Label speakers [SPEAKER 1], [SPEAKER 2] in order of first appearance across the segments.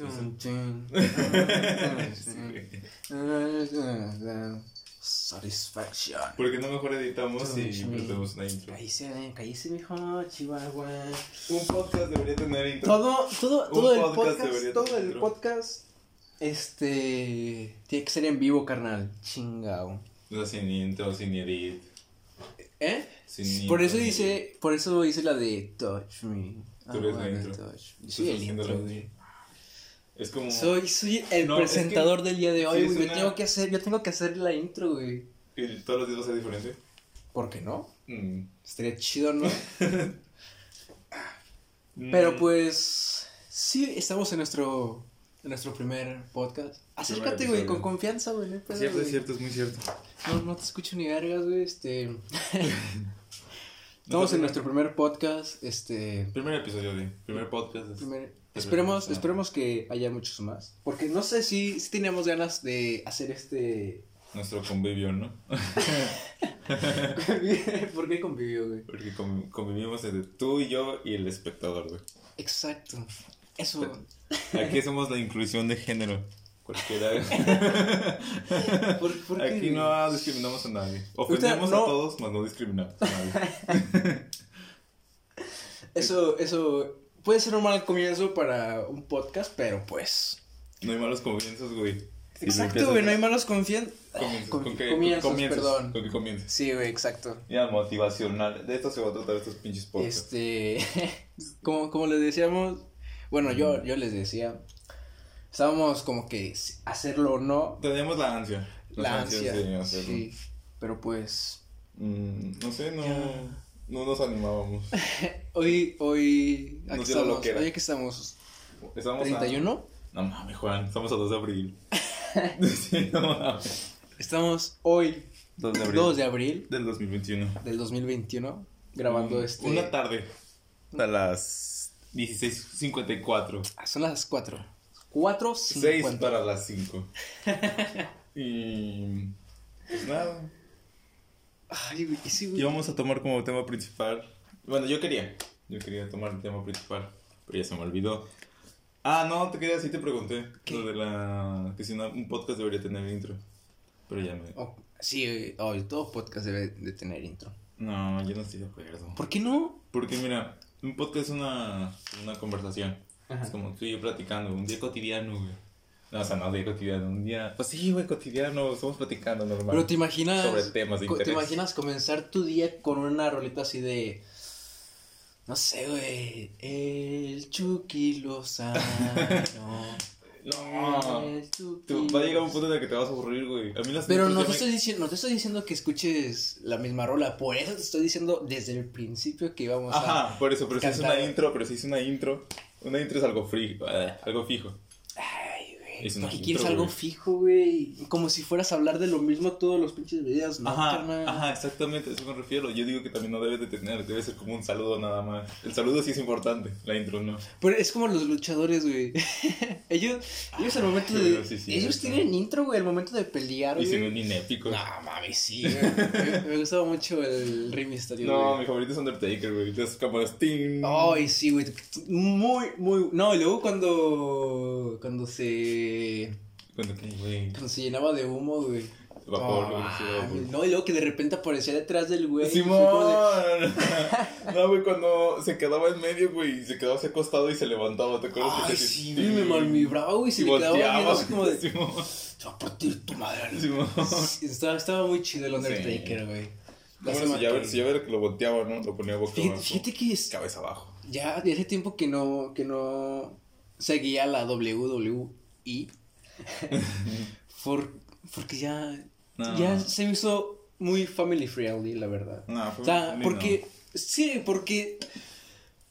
[SPEAKER 1] Satisfaction.
[SPEAKER 2] Porque no mejor editamos y
[SPEAKER 1] Touch me.
[SPEAKER 2] metemos una intro.
[SPEAKER 1] Caíse, caíse, mijo, Chihuahua.
[SPEAKER 2] Un podcast debería tener intro.
[SPEAKER 1] Todo, todo,
[SPEAKER 2] Un
[SPEAKER 1] todo el
[SPEAKER 2] podcast
[SPEAKER 1] podcast,
[SPEAKER 2] debería
[SPEAKER 1] todo
[SPEAKER 2] tener
[SPEAKER 1] el
[SPEAKER 2] intro.
[SPEAKER 1] podcast, este, tiene que ser en vivo, carnal. Chingao.
[SPEAKER 2] No, sin intro, sin edit.
[SPEAKER 1] ¿Eh?
[SPEAKER 2] Sin
[SPEAKER 1] por eso
[SPEAKER 2] intro,
[SPEAKER 1] dice, por eso hice la de Touch Me.
[SPEAKER 2] Tú
[SPEAKER 1] I
[SPEAKER 2] eres la
[SPEAKER 1] wanna
[SPEAKER 2] intro.
[SPEAKER 1] touch you.
[SPEAKER 2] Estás
[SPEAKER 1] Sí, el
[SPEAKER 2] haciendo
[SPEAKER 1] intro,
[SPEAKER 2] la-
[SPEAKER 1] güey.
[SPEAKER 2] Es como.
[SPEAKER 1] Soy, soy el
[SPEAKER 2] No, es que-
[SPEAKER 1] presentador del día de hoy,
[SPEAKER 2] Sí, es
[SPEAKER 1] güey. Yo
[SPEAKER 2] una-
[SPEAKER 1] tengo que hacer, yo tengo que hacer la intro, güey.
[SPEAKER 2] ¿Y todos los días va a ser diferente?
[SPEAKER 1] ¿Por qué no?
[SPEAKER 2] Mm.
[SPEAKER 1] Estaría chido, ¿no? Pero
[SPEAKER 2] Mm.
[SPEAKER 1] pues sí, estamos en nuestro en nuestro primer podcast. Acércate, güey,
[SPEAKER 2] episodio.
[SPEAKER 1] con confianza, güey. no hay
[SPEAKER 2] Es
[SPEAKER 1] pedo,
[SPEAKER 2] cierto, es
[SPEAKER 1] güey.
[SPEAKER 2] cierto, es muy cierto.
[SPEAKER 1] No, no te escucho ni vergas, güey. Este.
[SPEAKER 2] No
[SPEAKER 1] estamos en
[SPEAKER 2] pasa nada.
[SPEAKER 1] nuestro primer podcast. Este.
[SPEAKER 2] Primer episodio de. Primer podcast.
[SPEAKER 1] primer- Esperemos,
[SPEAKER 2] Ajá.
[SPEAKER 1] esperemos que haya muchos más. Porque no sé si, si teníamos ganas de hacer este.
[SPEAKER 2] Nuestro convivio, ¿no?
[SPEAKER 1] ¿Por qué convivió, güey?
[SPEAKER 2] Porque conv- convivimos entre tú y yo y el espectador, güey.
[SPEAKER 1] Exacto. Eso.
[SPEAKER 2] Aquí somos la inclusión de género. Cualquiera.
[SPEAKER 1] ¿Por, por qué,
[SPEAKER 2] Aquí
[SPEAKER 1] güey?
[SPEAKER 2] no discriminamos a nadie. Ofendemos
[SPEAKER 1] no-
[SPEAKER 2] a todos, mas no discriminamos a nadie.
[SPEAKER 1] Eso, eso puede ser un mal comienzo para un podcast, pero pues.
[SPEAKER 2] No hay malos comienzos, güey. Si lo
[SPEAKER 1] Exacto,
[SPEAKER 2] empiezas-
[SPEAKER 1] güey, no hay malos confian...
[SPEAKER 2] Comienzos,
[SPEAKER 1] con-
[SPEAKER 2] con que-
[SPEAKER 1] comienzos,
[SPEAKER 2] con comienzos,
[SPEAKER 1] perdón.
[SPEAKER 2] Con que comiences.
[SPEAKER 1] Sí, güey, exacto.
[SPEAKER 2] Ya, motivacional. De esto se va a tratar estos pinches podcasts.
[SPEAKER 1] Este, como, como les decíamos, bueno, yo, yo les decía, estábamos como que si hacerlo o no,
[SPEAKER 2] Teníamos la ansia. Las
[SPEAKER 1] la
[SPEAKER 2] ansias
[SPEAKER 1] ansia,
[SPEAKER 2] de hacerlo.
[SPEAKER 1] sí, pero pues,
[SPEAKER 2] Mm, no sé, no,
[SPEAKER 1] Ya.
[SPEAKER 2] no nos animábamos.
[SPEAKER 1] hoy, hoy, aquí
[SPEAKER 2] Nos dio la
[SPEAKER 1] estamos,
[SPEAKER 2] loquera.
[SPEAKER 1] hoy aquí estamos,
[SPEAKER 2] Estamos a-
[SPEAKER 1] 31,
[SPEAKER 2] No mames, Juan, estamos a 2 de abril. sí, no mames.
[SPEAKER 1] estamos hoy,
[SPEAKER 2] 2 de abril.
[SPEAKER 1] 2 de abril
[SPEAKER 2] Del 2021.
[SPEAKER 1] del 2021, grabando
[SPEAKER 2] Mm,
[SPEAKER 1] este,
[SPEAKER 2] Una tarde. A las 16.54.
[SPEAKER 1] Ah, son las 4, 4,
[SPEAKER 2] 6
[SPEAKER 1] 50,
[SPEAKER 2] para las 5. y. Pues nada.
[SPEAKER 1] ay, güey, sí, güey.
[SPEAKER 2] Y vamos a tomar como tema principal. Bueno, yo quería. Yo quería tomar el tema principal. Pero ya se me olvidó. Ah, no, te quería decir, te pregunté.
[SPEAKER 1] ¿Qué?
[SPEAKER 2] Lo de la. Que si no, un podcast debería tener intro. Pero ya me.
[SPEAKER 1] Oh, sí, güey, oh, todo podcast debe de tener intro,
[SPEAKER 2] No, yo no estoy de acuerdo.
[SPEAKER 1] ¿por qué no?
[SPEAKER 2] Porque mira, un podcast es una, una conversación. Es como tú y yo platicando, un día cotidiano, güey. No, o sea, no día cotidiano, un día. Pues sí, güey, cotidiano, estamos platicando normal.
[SPEAKER 1] Pero te imaginas.
[SPEAKER 2] Sobre temas de
[SPEAKER 1] co- ¿Te
[SPEAKER 2] interés.
[SPEAKER 1] imaginas comenzar tu día con una roleta así de. No sé, güey. El Chucky
[SPEAKER 2] Ah,
[SPEAKER 1] Lozano.
[SPEAKER 2] No.
[SPEAKER 1] el Chucky
[SPEAKER 2] Tú, va a llegar un
[SPEAKER 1] Lozano.
[SPEAKER 2] punto en el que te vas a aburrir, güey. A mí las
[SPEAKER 1] Pero
[SPEAKER 2] intros
[SPEAKER 1] no
[SPEAKER 2] ya
[SPEAKER 1] te,
[SPEAKER 2] me-
[SPEAKER 1] estoy diciendo, no te estoy diciendo que escuches la misma rola. Por eso te estoy diciendo desde el principio que íbamos a.
[SPEAKER 2] Ajá, por eso, pero si es una
[SPEAKER 1] cantar.
[SPEAKER 2] intro, pero si es una intro. Una intro es algo free, eh, algo fijo.
[SPEAKER 1] Ay, güey.
[SPEAKER 2] Es una
[SPEAKER 1] Porque
[SPEAKER 2] intro,
[SPEAKER 1] quieres algo
[SPEAKER 2] güey.
[SPEAKER 1] fijo, güey. Como si fueras a hablar de lo mismo todos los pinches videos, ¿no?
[SPEAKER 2] Ajá,
[SPEAKER 1] carnal?
[SPEAKER 2] ajá, exactamente, a eso me refiero. Yo digo que también no debes de tener, debe ser como un saludo nada más. El saludo sí es importante, la intro no.
[SPEAKER 1] Pero es como los luchadores, güey. ellos, ellos al momento
[SPEAKER 2] Ah,
[SPEAKER 1] de.
[SPEAKER 2] sí, sí,
[SPEAKER 1] ellos
[SPEAKER 2] sí.
[SPEAKER 1] tienen intro, güey, al momento de pelear,
[SPEAKER 2] Y si no
[SPEAKER 1] güey.
[SPEAKER 2] es ni épico.
[SPEAKER 1] No, mami, sí, güey. me, me gustaba mucho el Rey Mysterio,
[SPEAKER 2] No,
[SPEAKER 1] güey. Oh,
[SPEAKER 2] mi favorito es Undertaker, güey. Las cámaras, ting.
[SPEAKER 1] Ay, sí, güey. Muy, muy. No, y luego cuando. Cuando se.
[SPEAKER 2] Cuando que, güey.
[SPEAKER 1] Cuando se llenaba de humo, güey.
[SPEAKER 2] Vapor,
[SPEAKER 1] No,
[SPEAKER 2] güey. sí,
[SPEAKER 1] mami,
[SPEAKER 2] vapor.
[SPEAKER 1] no, y luego que de repente aparecía detrás del güey. y fue como de-
[SPEAKER 2] ¡Simón! No, güey, cuando se quedaba en medio, güey, y se quedaba así acostado y se levantaba, ¿te acuerdas? que
[SPEAKER 1] Ay,
[SPEAKER 2] se-
[SPEAKER 1] sí, güey, me malvibraba, güey. Se
[SPEAKER 2] Y
[SPEAKER 1] le quedaba viendo
[SPEAKER 2] volteaba,
[SPEAKER 1] así como de. Te
[SPEAKER 2] Simón,
[SPEAKER 1] voy a partir tu madre, al
[SPEAKER 2] Simón.
[SPEAKER 1] Sí, Estaba, estaba muy chido el
[SPEAKER 2] Sí.
[SPEAKER 1] Undertaker, güey. La
[SPEAKER 2] Bueno,
[SPEAKER 1] semana
[SPEAKER 2] si ya ver,
[SPEAKER 1] que-
[SPEAKER 2] si ya ver que lo volteaba, ¿no? Lo ponía boca
[SPEAKER 1] Fíjate,
[SPEAKER 2] abajo.
[SPEAKER 1] fíjate que es-
[SPEAKER 2] Cabeza abajo.
[SPEAKER 1] ya de hace tiempo que no, que no seguía la WWE. por- porque ya,
[SPEAKER 2] No.
[SPEAKER 1] ya se me hizo muy family friendly, la verdad.
[SPEAKER 2] No,
[SPEAKER 1] O
[SPEAKER 2] fue
[SPEAKER 1] sea,
[SPEAKER 2] lindo.
[SPEAKER 1] porque. Sí, porque.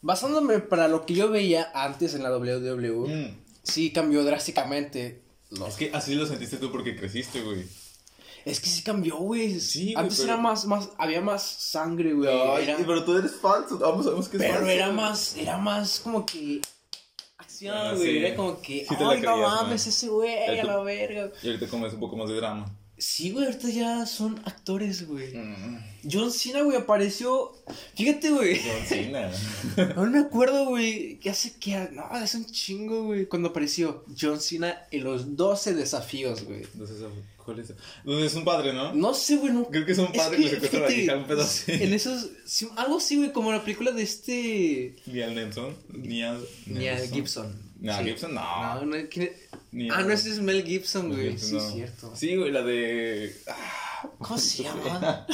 [SPEAKER 1] Basándome para lo que yo veía antes en la WWE,
[SPEAKER 2] Mm.
[SPEAKER 1] sí cambió drásticamente. Lo-
[SPEAKER 2] Es que así lo sentiste tú porque creciste, güey.
[SPEAKER 1] Es que sí cambió, güey.
[SPEAKER 2] Sí, güey,
[SPEAKER 1] Antes
[SPEAKER 2] pero- Eh,
[SPEAKER 1] era más, más, había más sangre, güey. era-
[SPEAKER 2] pero tú eres falso. Vamos, sabemos que es
[SPEAKER 1] Pero
[SPEAKER 2] falso.
[SPEAKER 1] era más, era más como que acción,
[SPEAKER 2] Ah,
[SPEAKER 1] güey.
[SPEAKER 2] sí.
[SPEAKER 1] Era como que,
[SPEAKER 2] Sí te la
[SPEAKER 1] ay, no
[SPEAKER 2] creías, ¿no?
[SPEAKER 1] mames, ese güey,
[SPEAKER 2] Ya
[SPEAKER 1] a
[SPEAKER 2] tú-
[SPEAKER 1] la verga.
[SPEAKER 2] Y ahorita comes un poco más de drama.
[SPEAKER 1] Sí, güey, ahorita ya son actores, güey. John Cena, güey, apareció. Fíjate, güey.
[SPEAKER 2] John Cena.
[SPEAKER 1] No me acuerdo, güey. Ya sé que. era- No, es un chingo, güey. Cuando apareció John Cena en los 12 desafíos, güey.
[SPEAKER 2] Entonces, ¿cuál es? Donde es un padre, ¿no?
[SPEAKER 1] No sé, güey, no.
[SPEAKER 2] Creo que es un
[SPEAKER 1] Es
[SPEAKER 2] padre que,
[SPEAKER 1] que,
[SPEAKER 2] le secuestra a la
[SPEAKER 1] fíjate,
[SPEAKER 2] hija, un pedo así.
[SPEAKER 1] en esos. sí, algo así, güey, como la película de este.
[SPEAKER 2] Neal Nelson. Neal
[SPEAKER 1] Mel
[SPEAKER 2] Nelson.
[SPEAKER 1] Gibson.
[SPEAKER 2] No,
[SPEAKER 1] Sí.
[SPEAKER 2] Gibson no.
[SPEAKER 1] No, no, ¿quién es?
[SPEAKER 2] Neal-
[SPEAKER 1] Ah, no, ese es Mel Gibson, güey.
[SPEAKER 2] Gibson,
[SPEAKER 1] Sí,
[SPEAKER 2] no.
[SPEAKER 1] es cierto.
[SPEAKER 2] Sí, güey, la de. ah,
[SPEAKER 1] ¿Cómo se llama?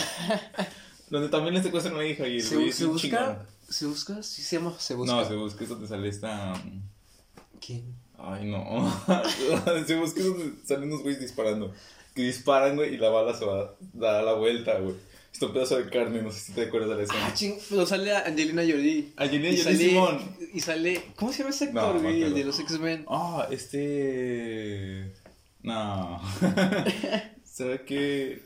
[SPEAKER 2] Donde también le secuestran a una hija y el
[SPEAKER 1] Se,
[SPEAKER 2] güey
[SPEAKER 1] bu-
[SPEAKER 2] es
[SPEAKER 1] se
[SPEAKER 2] un
[SPEAKER 1] busca.
[SPEAKER 2] chingón.
[SPEAKER 1] Se busca. Sí, se llama. Se busca.
[SPEAKER 2] No, se busca, es donde sale esta. mm,
[SPEAKER 1] ¿Quién?
[SPEAKER 2] Ay, no. se busca, es donde salen unos güeyes disparando. Que disparan, güey, y la bala se va a dar la vuelta, güey. Es un pedazo de carne, no sé si te acuerdas de la
[SPEAKER 1] Ah,
[SPEAKER 2] escena.
[SPEAKER 1] ching. Pero sale Angelina Jolie.
[SPEAKER 2] Angelina
[SPEAKER 1] Y
[SPEAKER 2] Jolie
[SPEAKER 1] sale-
[SPEAKER 2] Simón.
[SPEAKER 1] Y sale. ¿Cómo se llama ese
[SPEAKER 2] No,
[SPEAKER 1] actor,
[SPEAKER 2] no
[SPEAKER 1] güey?
[SPEAKER 2] me
[SPEAKER 1] el
[SPEAKER 2] acuerdo.
[SPEAKER 1] de los X-Men.
[SPEAKER 2] Ah, este. No. ¿Sabes qué?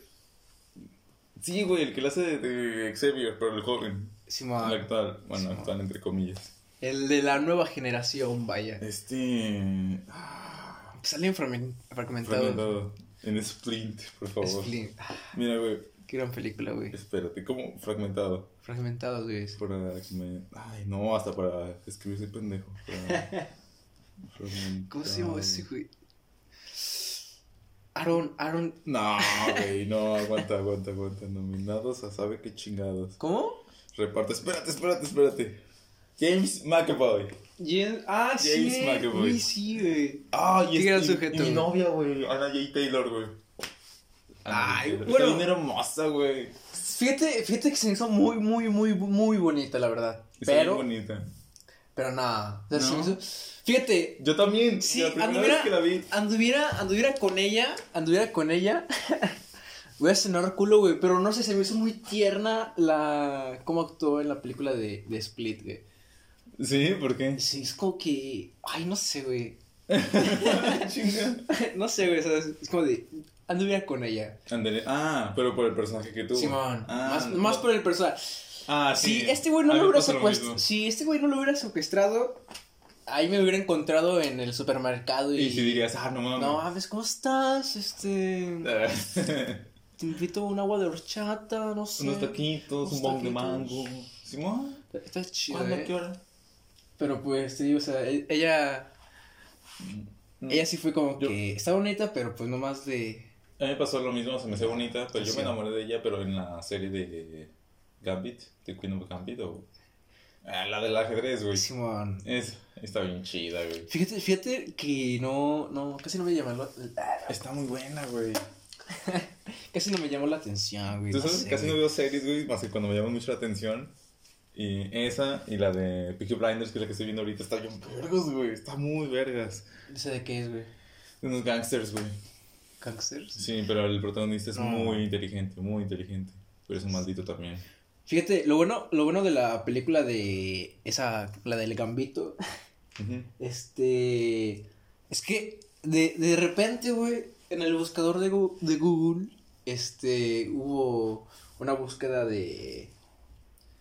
[SPEAKER 2] Sí, güey, el que lo hace de, de Xavier, pero el joven.
[SPEAKER 1] Simón.
[SPEAKER 2] el actual. Bueno,
[SPEAKER 1] Simón.
[SPEAKER 2] actual entre comillas.
[SPEAKER 1] El de la nueva generación, vaya.
[SPEAKER 2] Este.
[SPEAKER 1] Sale en fragmen- fragmentado.
[SPEAKER 2] Fragmentado. En Splint, por favor.
[SPEAKER 1] Splin- Ah,
[SPEAKER 2] Mira, güey,
[SPEAKER 1] qué gran película, güey.
[SPEAKER 2] espérate, ¿cómo fragmentado?
[SPEAKER 1] Fragmentados, güey.
[SPEAKER 2] Para que me. Ay, no, hasta para escribirse pendejo. Para-
[SPEAKER 1] ¿Cómo se llama ese,
[SPEAKER 2] Fragmentado.
[SPEAKER 1] güey? Aaron, Aaron.
[SPEAKER 2] No, güey, no, aguanta, aguanta, aguanta. Nominados a sabe qué chingados.
[SPEAKER 1] ¿Cómo?
[SPEAKER 2] Reparto, espérate, espérate, espérate. James McAvoy.
[SPEAKER 1] James- Ah,
[SPEAKER 2] James
[SPEAKER 1] sí. eh,
[SPEAKER 2] McAvoy.
[SPEAKER 1] Güey, sí, güey.
[SPEAKER 2] Ah,
[SPEAKER 1] Qué gran sujeto,
[SPEAKER 2] mi
[SPEAKER 1] güey.
[SPEAKER 2] novia, güey. Ana J. Taylor, güey. Ana
[SPEAKER 1] Ay,
[SPEAKER 2] J. Taylor.
[SPEAKER 1] bueno.
[SPEAKER 2] Está bien hermosa, güey.
[SPEAKER 1] Fíjate, fíjate que se me hizo muy, muy, muy, muy bonita, la verdad.
[SPEAKER 2] Está bien
[SPEAKER 1] Pero,
[SPEAKER 2] bonita.
[SPEAKER 1] pero nada. O sea, se me
[SPEAKER 2] No.
[SPEAKER 1] hizo- Fíjate,
[SPEAKER 2] Yo también.
[SPEAKER 1] Sí,
[SPEAKER 2] la primera
[SPEAKER 1] anduviera-
[SPEAKER 2] vez que la vi.
[SPEAKER 1] anduviera, anduviera con ella, anduviera con ella. Voy a cenar culo, güey, pero no sé, se me hizo muy tierna la... cómo actuó en la película de, de Split, güey.
[SPEAKER 2] Sí, ¿por qué?
[SPEAKER 1] Sí, es como que... Ay, no sé, güey.
[SPEAKER 2] Ah, Chinga.
[SPEAKER 1] no sé, güey, o sea, es como de... Anduviera con ella.
[SPEAKER 2] Andele- Ah, pero por el personaje que tuvo.
[SPEAKER 1] Simón.
[SPEAKER 2] Ah,
[SPEAKER 1] más,
[SPEAKER 2] no.
[SPEAKER 1] más por el personaje.
[SPEAKER 2] Ah, sí.
[SPEAKER 1] Si este güey no
[SPEAKER 2] A mí
[SPEAKER 1] lo
[SPEAKER 2] me
[SPEAKER 1] hubiera
[SPEAKER 2] pasa
[SPEAKER 1] secuestrado...
[SPEAKER 2] mismo.
[SPEAKER 1] Si este güey no lo hubiera secuestrado, ahí me hubiera encontrado en el supermercado y...
[SPEAKER 2] Y si dirías, ah, no mames.
[SPEAKER 1] No mames, ¿cómo estás? Este... Te invito a un agua de horchata, no sé.
[SPEAKER 2] Unos taquitos, un
[SPEAKER 1] Unos
[SPEAKER 2] bong de mango.
[SPEAKER 1] taquitos.
[SPEAKER 2] Simón.
[SPEAKER 1] Está chido,
[SPEAKER 2] ¿Cuándo?
[SPEAKER 1] eh.
[SPEAKER 2] ¿Qué hora?
[SPEAKER 1] Pero pues, te digo, o sea, e- ella...
[SPEAKER 2] Mm.
[SPEAKER 1] Ella sí fue como
[SPEAKER 2] Yo-
[SPEAKER 1] que... Está bonita, pero pues nomás de...
[SPEAKER 2] A mí me pasó lo mismo, se me hace bonita, pero yo
[SPEAKER 1] Sí.
[SPEAKER 2] me enamoré de ella, pero en la serie de Gambit, de Queen of Gambit, o... Ah, la del ajedrez, güey.
[SPEAKER 1] Simón.
[SPEAKER 2] Es, está bien chida, güey.
[SPEAKER 1] Fíjate, fíjate que no, no, casi no me llamó la,
[SPEAKER 2] Está muy buena, güey.
[SPEAKER 1] casi no me llamó la atención, güey.
[SPEAKER 2] Tú
[SPEAKER 1] no
[SPEAKER 2] sabes
[SPEAKER 1] sé,
[SPEAKER 2] que casi no
[SPEAKER 1] güey.
[SPEAKER 2] veo series, güey, más que cuando me llaman mucho la atención. Y esa y la de Peaky Blinders, que es la que estoy viendo ahorita, está bien vergas, güey. Está muy vergas.
[SPEAKER 1] No sé de qué es, güey.
[SPEAKER 2] De unos gangsters, güey.
[SPEAKER 1] ¿Gangsters?
[SPEAKER 2] Sí, pero el protagonista es
[SPEAKER 1] No.
[SPEAKER 2] muy inteligente, muy inteligente. Pero es un maldito también.
[SPEAKER 1] Fíjate, lo bueno, lo bueno de la película de esa, la del gambito,
[SPEAKER 2] Ujú.
[SPEAKER 1] este, es que de, de repente, güey, en el buscador de, Gu- de Google, este, hubo una búsqueda de,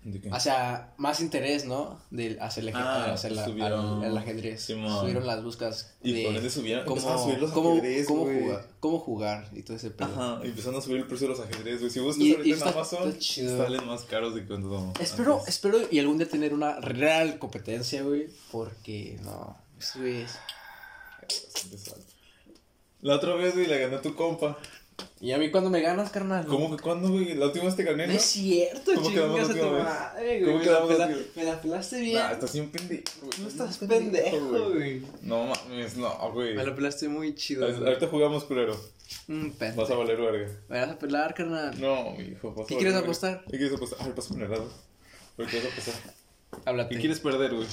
[SPEAKER 2] ¿De qué?
[SPEAKER 1] o sea, más interés, ¿no? Del, hacia el, aje-
[SPEAKER 2] Ah,
[SPEAKER 1] hacia la-
[SPEAKER 2] subieron-
[SPEAKER 1] al- al ajedrez,
[SPEAKER 2] Simón.
[SPEAKER 1] subieron las búsquedas
[SPEAKER 2] Y
[SPEAKER 1] de
[SPEAKER 2] por ende subieron,
[SPEAKER 1] cómo,
[SPEAKER 2] empezaron a subir los
[SPEAKER 1] cómo-
[SPEAKER 2] ajedrez,
[SPEAKER 1] cómo
[SPEAKER 2] güey.
[SPEAKER 1] jugar, cómo jugar y todo ese pedo.
[SPEAKER 2] Ajá, y empezaron a subir el precio de los ajedrez, güey. Si buscas
[SPEAKER 1] Y- y
[SPEAKER 2] ahorita en
[SPEAKER 1] está-
[SPEAKER 2] Amazon,
[SPEAKER 1] está chido.
[SPEAKER 2] salen más caros de cuando.
[SPEAKER 1] Espero,
[SPEAKER 2] antes.
[SPEAKER 1] espero y algún día tener una real competencia, güey, porque no, eso es.
[SPEAKER 2] Bastante sal. La otra vez, güey, la ganó tu compa.
[SPEAKER 1] Y a mí cuando me ganas, carnal.
[SPEAKER 2] ¿Cómo que cuándo, güey? La última vez te gané,
[SPEAKER 1] No
[SPEAKER 2] ¿no?
[SPEAKER 1] es cierto,
[SPEAKER 2] ¿Cómo quedamos
[SPEAKER 1] chingas a
[SPEAKER 2] la
[SPEAKER 1] tu
[SPEAKER 2] última vez?
[SPEAKER 1] madre,
[SPEAKER 2] ¿Cómo
[SPEAKER 1] güey. Me la,
[SPEAKER 2] quedamos la
[SPEAKER 1] pela-
[SPEAKER 2] última
[SPEAKER 1] me la pelaste bien.
[SPEAKER 2] Nah, estás bien pendejo. güey.
[SPEAKER 1] No estás pendejo, güey.
[SPEAKER 2] No mames, no, güey.
[SPEAKER 1] Me la pelaste muy
[SPEAKER 2] A-
[SPEAKER 1] chido. güey.
[SPEAKER 2] Ahorita jugamos, culero.
[SPEAKER 1] Mm, pendejo.
[SPEAKER 2] Vas a valer verga.
[SPEAKER 1] Me vas a pelar, carnal.
[SPEAKER 2] No, mi hijo. vas a
[SPEAKER 1] ¿Qué
[SPEAKER 2] valer
[SPEAKER 1] quieres
[SPEAKER 2] verga.
[SPEAKER 1] apostar?
[SPEAKER 2] ¿Qué quieres apostar? Ah, paso un helado. ¿Por qué vas a apostar?
[SPEAKER 1] Háblate.
[SPEAKER 2] ¿Qué quieres perder, güey?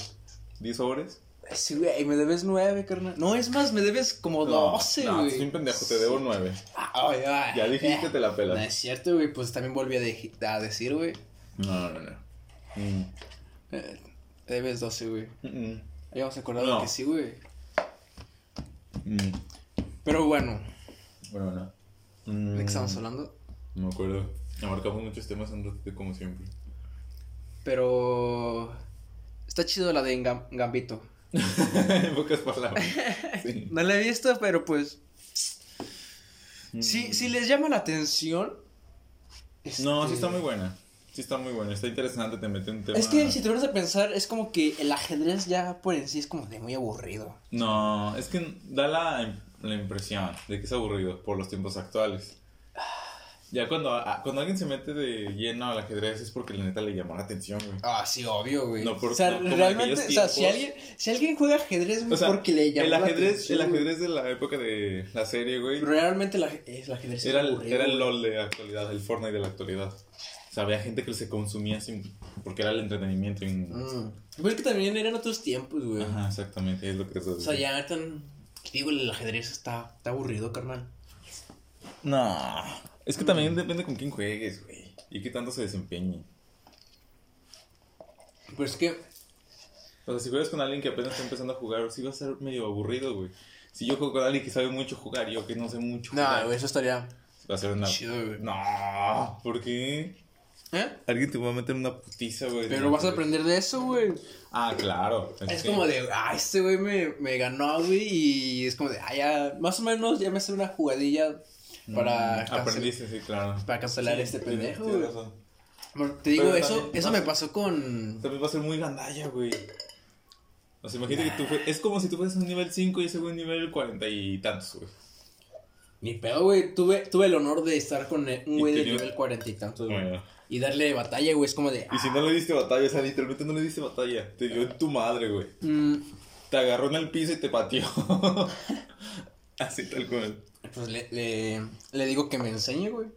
[SPEAKER 2] ¿10 sobres?
[SPEAKER 1] Sí, güey, me debes nueve, carnal. No, es más, me debes como doce,
[SPEAKER 2] no,
[SPEAKER 1] güey. Ah,
[SPEAKER 2] estás bien pendejo, te debo 9.
[SPEAKER 1] Ay, ay.
[SPEAKER 2] Ya dijiste, te la
[SPEAKER 1] eh. No
[SPEAKER 2] pelas.
[SPEAKER 1] es cierto, güey, pues también volví a, deji- a decir, güey.
[SPEAKER 2] No, no, no. Mm.
[SPEAKER 1] Eh, debes 12, güey.
[SPEAKER 2] Mm,
[SPEAKER 1] Habíamos acordado
[SPEAKER 2] No.
[SPEAKER 1] que sí, güey.
[SPEAKER 2] mm.
[SPEAKER 1] Pero bueno,
[SPEAKER 2] Bueno, no.
[SPEAKER 1] ¿de
[SPEAKER 2] Mm,
[SPEAKER 1] qué estamos hablando?
[SPEAKER 2] No me acuerdo. Abarcamos muchos temas en un ratito, como siempre.
[SPEAKER 1] Pero. Está chido la de Gam- Gambito.
[SPEAKER 2] en pocas palabras. Sí.
[SPEAKER 1] No la he visto, pero pues. Si, si les llama la atención.
[SPEAKER 2] Mm. No,
[SPEAKER 1] este,
[SPEAKER 2] sí está muy buena. Sí está muy buena. Está interesante, te mete un tema.
[SPEAKER 1] Es que si te pones a pensar, es como que el ajedrez ya por en sí es como de muy aburrido.
[SPEAKER 2] No, es que da la, la impresión de que es aburrido por los tiempos actuales. Ya cuando, a- cuando alguien se mete de lleno al ajedrez es porque la neta le llamó la atención, güey.
[SPEAKER 1] Ah, sí, obvio, güey.
[SPEAKER 2] No, por-
[SPEAKER 1] o sea,
[SPEAKER 2] no, como en
[SPEAKER 1] realmente, o
[SPEAKER 2] aquellos
[SPEAKER 1] sea, si
[SPEAKER 2] tiempos.
[SPEAKER 1] alguien, si alguien juega ajedrez, güey,
[SPEAKER 2] O sea,
[SPEAKER 1] porque le llamó
[SPEAKER 2] el
[SPEAKER 1] la
[SPEAKER 2] ajedrez,
[SPEAKER 1] atención,
[SPEAKER 2] el
[SPEAKER 1] güey.
[SPEAKER 2] ajedrez de la época de la serie, güey,
[SPEAKER 1] Pero Realmente la, es- el ajedrez es
[SPEAKER 2] era, el-
[SPEAKER 1] aburrido,
[SPEAKER 2] era el
[SPEAKER 1] güey.
[SPEAKER 2] LOL de la actualidad, el Fortnite de la actualidad. O sea, había gente que se consumía sin, porque era el entretenimiento. en-
[SPEAKER 1] Mm. Pero es que también eran otros tiempos, güey.
[SPEAKER 2] Ajá, exactamente, es lo que te estoy
[SPEAKER 1] O sea,
[SPEAKER 2] diciendo.
[SPEAKER 1] ya tan. Digo, el ajedrez está, está aburrido, carnal.
[SPEAKER 2] No, es que también depende con quién juegues, güey, y qué tanto se desempeñe.
[SPEAKER 1] Pero es que.
[SPEAKER 2] O sea, si juegas con alguien que apenas está empezando a jugar, sí va a ser medio aburrido, güey. Si yo juego con alguien que sabe mucho jugar, yo que no sé mucho
[SPEAKER 1] No,
[SPEAKER 2] jugar,
[SPEAKER 1] güey, eso estaría
[SPEAKER 2] va a ser una...
[SPEAKER 1] chido, güey.
[SPEAKER 2] No, ¿por qué?
[SPEAKER 1] ¿Eh?
[SPEAKER 2] Alguien te va a meter una putiza, güey.
[SPEAKER 1] Pero vas a aprender de eso, güey.
[SPEAKER 2] Ah, claro.
[SPEAKER 1] Es
[SPEAKER 2] que-
[SPEAKER 1] como de, ah, este güey me, me ganó, güey. Y es como de, ah, ya, más o menos ya me hace una jugadilla para,
[SPEAKER 2] Mm,
[SPEAKER 1] cance-
[SPEAKER 2] Aprendiste, sí, claro.
[SPEAKER 1] para cancelar
[SPEAKER 2] Sí,
[SPEAKER 1] este
[SPEAKER 2] tienes-
[SPEAKER 1] pendejo,
[SPEAKER 2] tienes
[SPEAKER 1] güey.
[SPEAKER 2] razón.
[SPEAKER 1] Bueno, Te digo,
[SPEAKER 2] Pero
[SPEAKER 1] eso,
[SPEAKER 2] también
[SPEAKER 1] eso
[SPEAKER 2] vas-
[SPEAKER 1] me pasó con.
[SPEAKER 2] También va a ser muy gandalla, güey. O sea, imagínate que tú fue... Es como si tú fueras un nivel 5 y ese güey un nivel 40 y tantos, güey.
[SPEAKER 1] Ni pedo, güey. Tuve, tuve el honor de estar con eh, un
[SPEAKER 2] Y
[SPEAKER 1] güey de
[SPEAKER 2] tenía-
[SPEAKER 1] nivel cuarenta y tantos, güey.
[SPEAKER 2] Bueno.
[SPEAKER 1] Y darle batalla, güey. Es como de.
[SPEAKER 2] Y si no le diste batalla, o sea, literalmente no le diste batalla. Te dio en tu madre, güey.
[SPEAKER 1] mm,
[SPEAKER 2] Te agarró en el piso y te pateó. Así tal cual.
[SPEAKER 1] pues le, le, le digo que me enseñe, güey.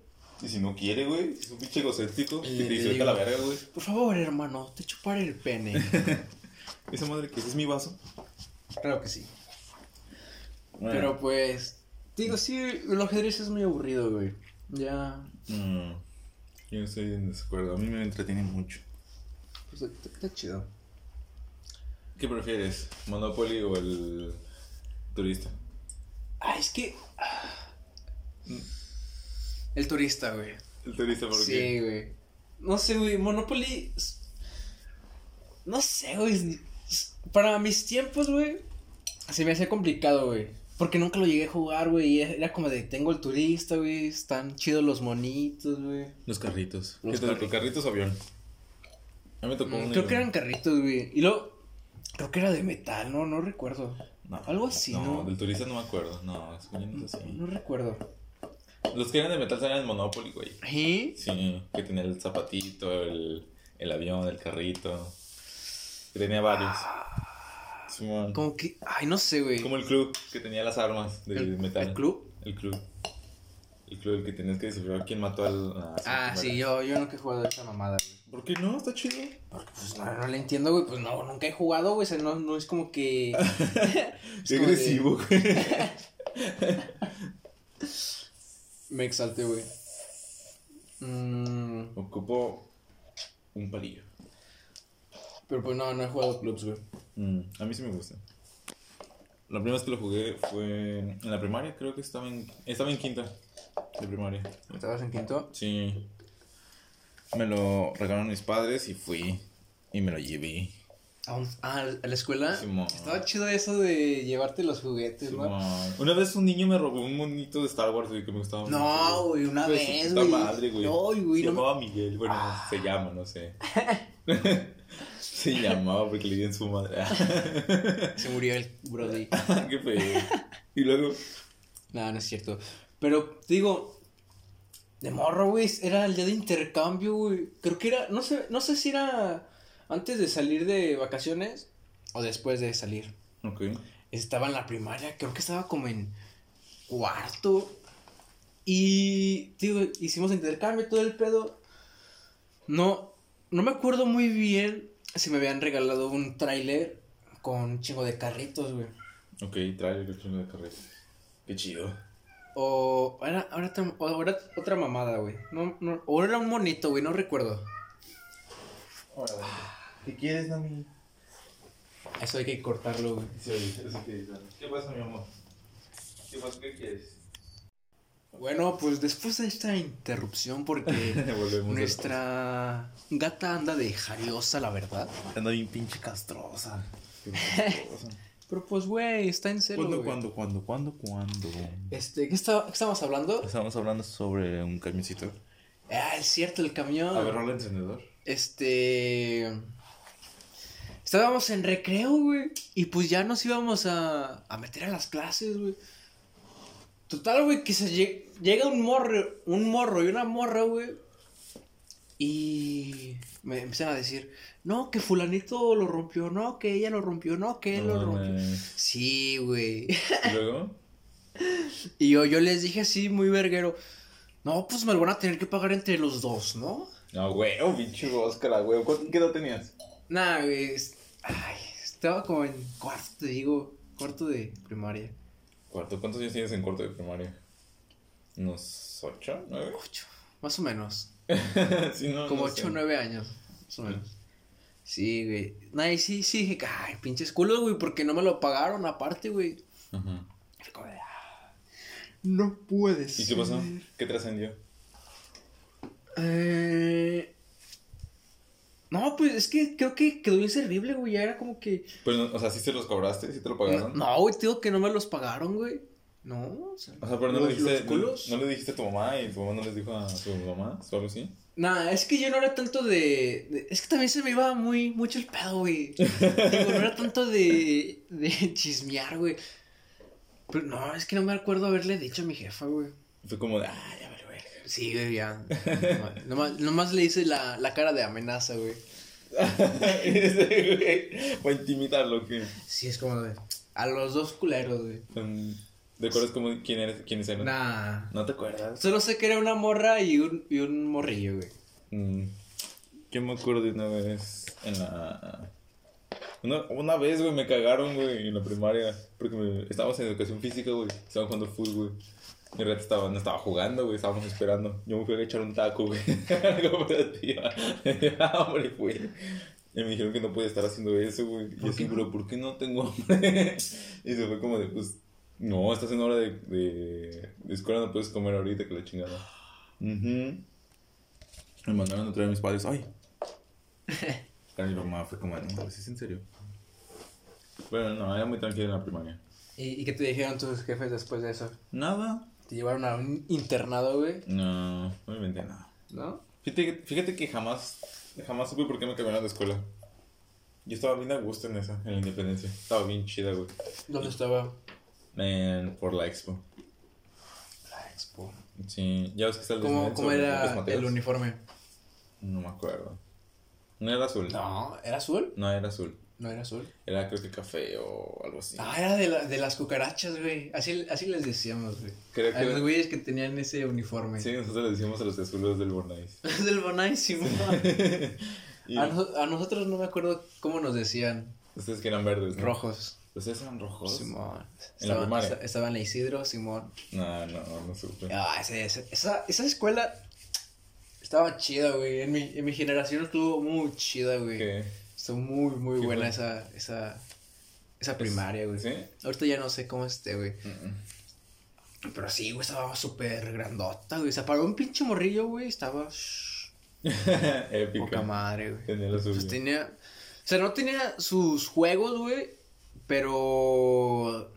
[SPEAKER 2] Y si no quiere, güey, es un pinche egocéntrico. Que
[SPEAKER 1] Le
[SPEAKER 2] te dice, "Vete
[SPEAKER 1] digo-
[SPEAKER 2] a la verga, güey.
[SPEAKER 1] Por favor, hermano, te chuparé el pene.
[SPEAKER 2] Esa madre que ese es mi vaso.
[SPEAKER 1] claro que sí. Pero pues. Digo, sí, el ajedrez es muy aburrido, güey. Ya.
[SPEAKER 2] No, mm, yo estoy en desacuerdo. A mí me entretiene mucho.
[SPEAKER 1] Pues está- está chido.
[SPEAKER 2] ¿Qué prefieres? ¿Monopoly o el turista?
[SPEAKER 1] Ah, es que. ah. El turista, güey.
[SPEAKER 2] El turista, ¿por qué?
[SPEAKER 1] Sí, güey. No sé, güey. Monopoly. es- No sé, güey. es- es- Para mis tiempos, güey. Se me hacía complicado, güey. Porque nunca lo llegué a jugar, güey. y Era como de tengo el turista, güey. Están chidos los monitos, güey.
[SPEAKER 2] Los carritos.
[SPEAKER 1] Los
[SPEAKER 2] ¿Qué te tocó? ¿Carritos o avión? A mí me tocó
[SPEAKER 1] Mm,
[SPEAKER 2] un
[SPEAKER 1] Creo que eran
[SPEAKER 2] avión.
[SPEAKER 1] carritos, güey. Y luego. Creo que era de metal, no, no recuerdo.
[SPEAKER 2] No,
[SPEAKER 1] algo así, ¿no?
[SPEAKER 2] No, del turista no me acuerdo. No, es que yo no sé
[SPEAKER 1] No
[SPEAKER 2] así.
[SPEAKER 1] recuerdo.
[SPEAKER 2] Los que eran de metal eran Monopoly, güey.
[SPEAKER 1] ¿Y?
[SPEAKER 2] Sí, que tenía el zapatito, el, el avión, el carrito. Que tenía varios.
[SPEAKER 1] Ah.
[SPEAKER 2] Simón.
[SPEAKER 1] Como que. Ay, no sé, güey.
[SPEAKER 2] Como el club que tenía las armas de
[SPEAKER 1] ¿El-
[SPEAKER 2] metal.
[SPEAKER 1] el club?
[SPEAKER 2] El club. El club, el que tenías que descifrar quién mató al. a-
[SPEAKER 1] Ah,
[SPEAKER 2] a-
[SPEAKER 1] sí, yo, yo nunca he jugado a esa mamada, güey.
[SPEAKER 2] ¿Por qué no? Está chido.
[SPEAKER 1] Porque pues no, no le entiendo, güey. Pues no, nunca he jugado, güey. O sea, no, no es como que.
[SPEAKER 2] Qué
[SPEAKER 1] como de-
[SPEAKER 2] agresivo, güey.
[SPEAKER 1] Me exalté, güey. Mm,
[SPEAKER 2] Ocupo un palillo.
[SPEAKER 1] pero pues no, no he jugado clubs, güey.
[SPEAKER 2] Mm, a mí sí me gusta. La primera vez que lo jugué fue en la primaria, creo que estaba en, estaba en quinta de primaria.
[SPEAKER 1] ¿Estabas en quinto?
[SPEAKER 2] Sí. Me lo regalaron mis padres y fui. Y me lo llevé.
[SPEAKER 1] ¿A un- ah, a la escuela.
[SPEAKER 2] Simón.
[SPEAKER 1] Estaba chido eso de llevarte los juguetes, ¿no?
[SPEAKER 2] Simón. Una vez un niño me robó un monito de Star Wars güey, que me gustaba
[SPEAKER 1] No, güey, una
[SPEAKER 2] Hijo de su
[SPEAKER 1] vez,
[SPEAKER 2] puta
[SPEAKER 1] güey.
[SPEAKER 2] Pues, madre, güey.
[SPEAKER 1] No, güey,
[SPEAKER 2] Se
[SPEAKER 1] no Ah. me-
[SPEAKER 2] llamaba Miguel, bueno, se llama, no sé. se llamaba porque le di en su madre.
[SPEAKER 1] Se murió el Brody.
[SPEAKER 2] Qué feo. Y luego,
[SPEAKER 1] Nada, no es cierto. Pero, te digo, de morro, güey, era el día de intercambio, güey. Creo que era, no sé, no sé si era antes de salir de vacaciones o después de salir.
[SPEAKER 2] ok.
[SPEAKER 1] Estaba en la primaria, creo que estaba como en cuarto. Y, te digo, hicimos intercambio, todo el pedo. No, no me acuerdo muy bien si me habían regalado un tráiler con un chingo de carritos, güey.
[SPEAKER 2] Ok, trae el chingo de carrera. Qué chido.
[SPEAKER 1] O era, ahora otra- o ahora otra mamada, güey. No, no, o era un monito, güey, no recuerdo.
[SPEAKER 2] Ah, ¿Qué quieres, Nami?
[SPEAKER 1] Eso hay que cortarlo, güey.
[SPEAKER 2] ¿Qué pasa, mi amor? ¿Qué pasa? ¿Qué quieres?
[SPEAKER 1] Bueno, pues después de esta interrupción, porque
[SPEAKER 2] Volvemos.
[SPEAKER 1] nuestra gata anda de jariosa, la verdad.
[SPEAKER 2] Anda bien pinche castrosa.
[SPEAKER 1] Pero pues, güey, está en serio.
[SPEAKER 2] ¿Cuándo,
[SPEAKER 1] güey.
[SPEAKER 2] cuándo, cuándo, cuándo, cuándo?
[SPEAKER 1] Este, ¿qué, está- qué estábamos hablando?
[SPEAKER 2] Estamos hablando sobre un camioncito.
[SPEAKER 1] Ah, es cierto, el camión.
[SPEAKER 2] A ver, rola encendedor.
[SPEAKER 1] Este. Estábamos en recreo, güey. Y pues ya nos íbamos a, a meter a las clases, güey. Total, güey, que se lle- llega un morro, un morro y una morra, güey. Y me empiezan a decir, no, que fulanito lo rompió, no, que ella lo rompió, no, que él lo
[SPEAKER 2] No
[SPEAKER 1] rompió.
[SPEAKER 2] mames.
[SPEAKER 1] Sí, güey.
[SPEAKER 2] ¿Y luego?
[SPEAKER 1] Y yo, yo les dije así, muy verguero, no, pues me lo van a tener que pagar entre los dos, ¿no?
[SPEAKER 2] No, güey, oh, pinche Oscar, güey. ¿Cuánto- ¿Qué edad tenías?
[SPEAKER 1] Nah, güey. es- Ay, estaba como en cuarto, te digo, cuarto de primaria.
[SPEAKER 2] Cuarto, ¿cuántos años tienes en cuarto de primaria? ¿Unos ocho, nueve?
[SPEAKER 1] Ocho, más o menos.
[SPEAKER 2] Sí, no,
[SPEAKER 1] Como
[SPEAKER 2] no sé.
[SPEAKER 1] ocho o nueve años, más o menos. Sí, güey. Nah, y sí, sí, dije, ay, pinches culos, güey, porque no me lo pagaron aparte, güey.
[SPEAKER 2] Ajá.
[SPEAKER 1] Y fue como de, ah, No puedes.
[SPEAKER 2] ¿Y qué pasó? ¿Qué trascendió?
[SPEAKER 1] Eh... No, pues es que creo que quedó inservible, güey. Ya era como que.
[SPEAKER 2] Pues, no, o sea, ¿sí se los cobraste? ¿Sí te lo pagaron?
[SPEAKER 1] Eh, No, güey, te digo que no me los pagaron, güey. No, o sea.
[SPEAKER 2] O sea, pero no,
[SPEAKER 1] los-
[SPEAKER 2] le dijiste,
[SPEAKER 1] los culos.
[SPEAKER 2] no, no le dijiste a tu mamá y tu mamá no les dijo a tu mamá o algo así.
[SPEAKER 1] Nah, es que yo no era tanto de, de- Es que también se me iba muy mucho el pedo, güey. Digo, no era tanto de, de chismear, güey. Pero no, es que no me acuerdo haberle dicho a mi jefa, güey.
[SPEAKER 2] Fue como de, ah, ya vale, verga.
[SPEAKER 1] Sí, güey, ya. Nomás- Nomás, nomás le hice la, la cara de amenaza, güey.
[SPEAKER 2] Ese güey, Para intimidarlo, que.
[SPEAKER 1] Sí, es como de... A los dos culeros, güey.
[SPEAKER 2] um, ¿Te acuerdas cómo, quién eres, quiénes eran?
[SPEAKER 1] Nah.
[SPEAKER 2] ¿No te acuerdas?
[SPEAKER 1] Solo sé que era una morra y un, y un morrillo, güey.
[SPEAKER 2] Mm, Yo me acuerdo de una vez en la. Una, una vez, güey, me cagaron, güey, en la primaria. Porque me- estábamos en educación física, güey. Estábamos jugando full, güey. Mi reta estaba, no estaba jugando, güey. Estábamos esperando. Yo me fui a echar un taco, güey. a la cooperativa. hambre, güey. Y me dijeron que no podía estar haciendo eso, güey. Y yo
[SPEAKER 1] ¿Por
[SPEAKER 2] así,
[SPEAKER 1] qué?
[SPEAKER 2] pero ¿por qué no tengo hambre? y se fue como de, pues, no, estás en hora de, de, de escuela, no puedes comer ahorita que la chingada. Ujú. Me mandaron a traer a mis padres. Ay. A mi mamá fue como, no, pues es en serio. Bueno, no, era muy tranquila en la primaria.
[SPEAKER 1] ¿Y, ¿Y qué te dijeron tus jefes después de eso?
[SPEAKER 2] Nada.
[SPEAKER 1] ¿Te llevaron a un internado, güey?
[SPEAKER 2] No, no me inventé nada.
[SPEAKER 1] ¿No?
[SPEAKER 2] Fíjate, que- fíjate que jamás, jamás supe por qué me cambiaron de escuela. Yo estaba bien a gusto en esa, en la independencia. Estaba bien chida, güey.
[SPEAKER 1] ¿Dónde estaba?
[SPEAKER 2] Man, por la expo.
[SPEAKER 1] La expo.
[SPEAKER 2] Sí, ya ves que está el
[SPEAKER 1] ¿Cómo,
[SPEAKER 2] desmadre
[SPEAKER 1] cómo
[SPEAKER 2] sobre
[SPEAKER 1] era
[SPEAKER 2] las materias.
[SPEAKER 1] el uniforme?
[SPEAKER 2] No me acuerdo. No era azul.
[SPEAKER 1] No, ¿era azul?
[SPEAKER 2] No era azul.
[SPEAKER 1] No era azul.
[SPEAKER 2] Era creo que café o algo así.
[SPEAKER 1] Ah, era de, la- de las cucarachas, güey. Así, así les decíamos, güey.
[SPEAKER 2] Creo
[SPEAKER 1] A
[SPEAKER 2] que-
[SPEAKER 1] los güeyes que tenían ese uniforme.
[SPEAKER 2] Sí, nosotros le decimos a los azules del Bornais.
[SPEAKER 1] Es del bonaísimo.
[SPEAKER 2] Y
[SPEAKER 1] A, noso- a nosotros Ah, no me acuerdo cómo nos decían.
[SPEAKER 2] ustedes que eran verdes, ¿no?
[SPEAKER 1] Rojos.
[SPEAKER 2] ¿Ustedes eran rojos?
[SPEAKER 1] Simón.
[SPEAKER 2] En la
[SPEAKER 1] Estaban,
[SPEAKER 2] primaria.
[SPEAKER 1] esta- estaban la Isidro, Simón.
[SPEAKER 2] No, no, no supe.
[SPEAKER 1] Ah, ese- ese- esa, esa escuela estaba chida, güey. En mi, en mi generación estuvo muy chida, güey.
[SPEAKER 2] ¿Qué?
[SPEAKER 1] Estuvo muy, muy
[SPEAKER 2] ¿Qué
[SPEAKER 1] buena
[SPEAKER 2] fue?
[SPEAKER 1] esa, esa, esa primaria, güey.
[SPEAKER 2] ¿Sí?
[SPEAKER 1] Ahorita ya no sé cómo esté, güey.
[SPEAKER 2] Mm-mm.
[SPEAKER 1] Pero sí, güey, estaba súper grandota, güey. Se apagó un pinche morrillo, güey. Estaba. shh, Poca
[SPEAKER 2] Épica.
[SPEAKER 1] madre, güey.
[SPEAKER 2] Tenía la
[SPEAKER 1] Pues
[SPEAKER 2] suya.
[SPEAKER 1] tenía. O sea, no tenía sus juegos, güey. Pero.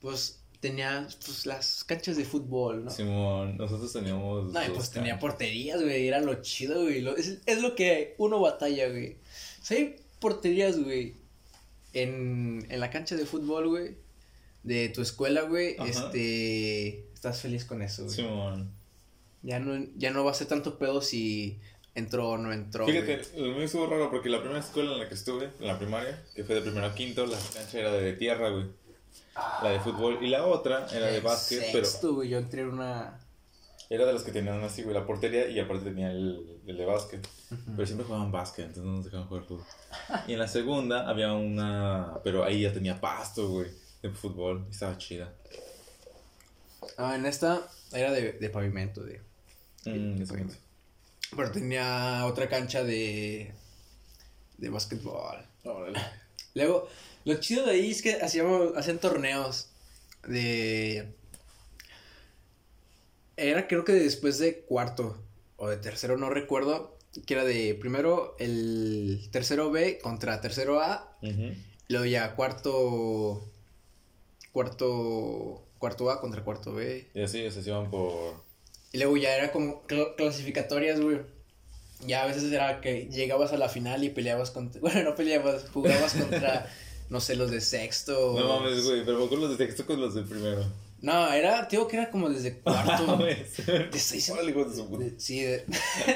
[SPEAKER 1] Pues tenía pues, las canchas de fútbol, ¿no?
[SPEAKER 2] Simón, nosotros teníamos.
[SPEAKER 1] No, y
[SPEAKER 2] dos
[SPEAKER 1] pues tenía
[SPEAKER 2] can-
[SPEAKER 1] porterías, güey. Era lo chido, güey. Lo- es, es lo que uno batalla, güey. O sea, hay porterías, güey. En, en la cancha de fútbol, güey. De tu escuela, güey.
[SPEAKER 2] Ajá.
[SPEAKER 1] Este. Estás feliz con eso, güey.
[SPEAKER 2] Simón.
[SPEAKER 1] Ya no, ya no va a ser tanto pedo si entró o no entró.
[SPEAKER 2] Fíjate,
[SPEAKER 1] güey.
[SPEAKER 2] lo mío estuvo raro porque la primera escuela en la que estuve, en la primaria, que fue de primero a quinto, la cancha era de tierra, güey. La de fútbol. Y la otra era de
[SPEAKER 1] En
[SPEAKER 2] básquet, pero
[SPEAKER 1] sexto, güey, yo entré en una.
[SPEAKER 2] Era de los que tenían así, güey, la portería y aparte tenía el, el de básquet. Pero siempre jugaban básquet, entonces no nos dejaban jugar fútbol. Y en la segunda había una, pero ahí ya tenía pasto, güey, de fútbol. y Estaba chida.
[SPEAKER 1] Ah, en esta era de, de pavimento, güey.
[SPEAKER 2] Mm,
[SPEAKER 1] Sí,
[SPEAKER 2] eso
[SPEAKER 1] güey.
[SPEAKER 2] me-
[SPEAKER 1] Pero tenía otra cancha de. de básquetbol.
[SPEAKER 2] Órale.
[SPEAKER 1] Luego, lo chido de ahí es que hacíamos, hacían torneos de... Era creo que después de cuarto o de tercero, no recuerdo, que era de primero el tercero B contra tercero A,
[SPEAKER 2] Ujú.
[SPEAKER 1] luego ya cuarto cuarto, cuarto A contra cuarto B.
[SPEAKER 2] Y así, o sea, se iban por.
[SPEAKER 1] Y luego ya era como cl- clasificatorias, güey. Ya a veces era que llegabas a la final y peleabas contra. Bueno, no peleabas, jugabas contra, no sé, los de sexto.
[SPEAKER 2] No mames, güey, pero me acuerdo los de texto con los de primero.
[SPEAKER 1] No, era, tío, que era como desde cuarto.
[SPEAKER 2] Mames.
[SPEAKER 1] Te estoy diciendo-
[SPEAKER 2] Ah, Órale, hijo de su puta.
[SPEAKER 1] de- sí, de-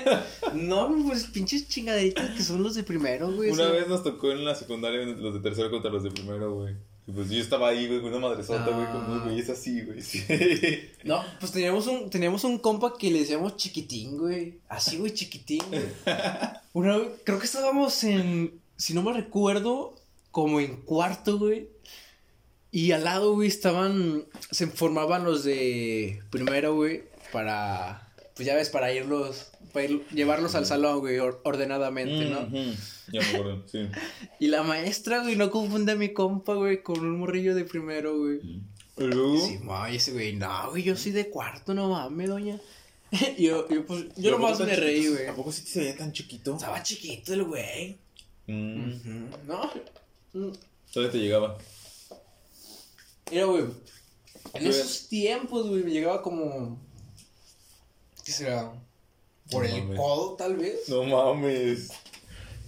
[SPEAKER 1] no, pues pinches chingaderitas que son los de primero, güey.
[SPEAKER 2] Una
[SPEAKER 1] eso-
[SPEAKER 2] vez nos tocó en la secundaria los de tercero contra los de primero, güey. Y pues yo estaba ahí, güey, con una madresota, güey, con
[SPEAKER 1] Ah.
[SPEAKER 2] unos güeyes así, güey. Sí.
[SPEAKER 1] No, pues teníamos un, teníamos un compa que le decíamos chiquitín, güey. Así, güey, chiquitín, güey. Una vez- creo que estábamos en, si no me recuerdo, como en cuarto, güey. Y al lado, güey, estaban, se formaban los de primero, güey, para, pues ya ves, para irlos, para ir- llevarlos al salón, güey, or- ordenadamente, ¿no?
[SPEAKER 2] Ujú. Ya me acuerdo, sí.
[SPEAKER 1] Y la maestra, güey, no confunde a mi compa, güey, con un morrillo de primero, güey.
[SPEAKER 2] Y luego,
[SPEAKER 1] Sí, ma, y ese güey, no, güey, yo soy de cuarto, no mames, doña. Y yo, yo, pues, yo
[SPEAKER 2] ¿a poco
[SPEAKER 1] nomás
[SPEAKER 2] tan
[SPEAKER 1] me reí,
[SPEAKER 2] chiquitos?
[SPEAKER 1] güey.
[SPEAKER 2] ¿A poco sí te se veía tan chiquito?
[SPEAKER 1] Estaba chiquito el güey.
[SPEAKER 2] Mm.
[SPEAKER 1] Ujú, No. Mm.
[SPEAKER 2] ¿Dónde te llegaba?
[SPEAKER 1] Mira, güey. En
[SPEAKER 2] Güey.
[SPEAKER 1] esos tiempos, güey, me llegaba como. ¿Qué será? Por
[SPEAKER 2] No
[SPEAKER 1] el
[SPEAKER 2] mames.
[SPEAKER 1] codo, tal vez.
[SPEAKER 2] No mames.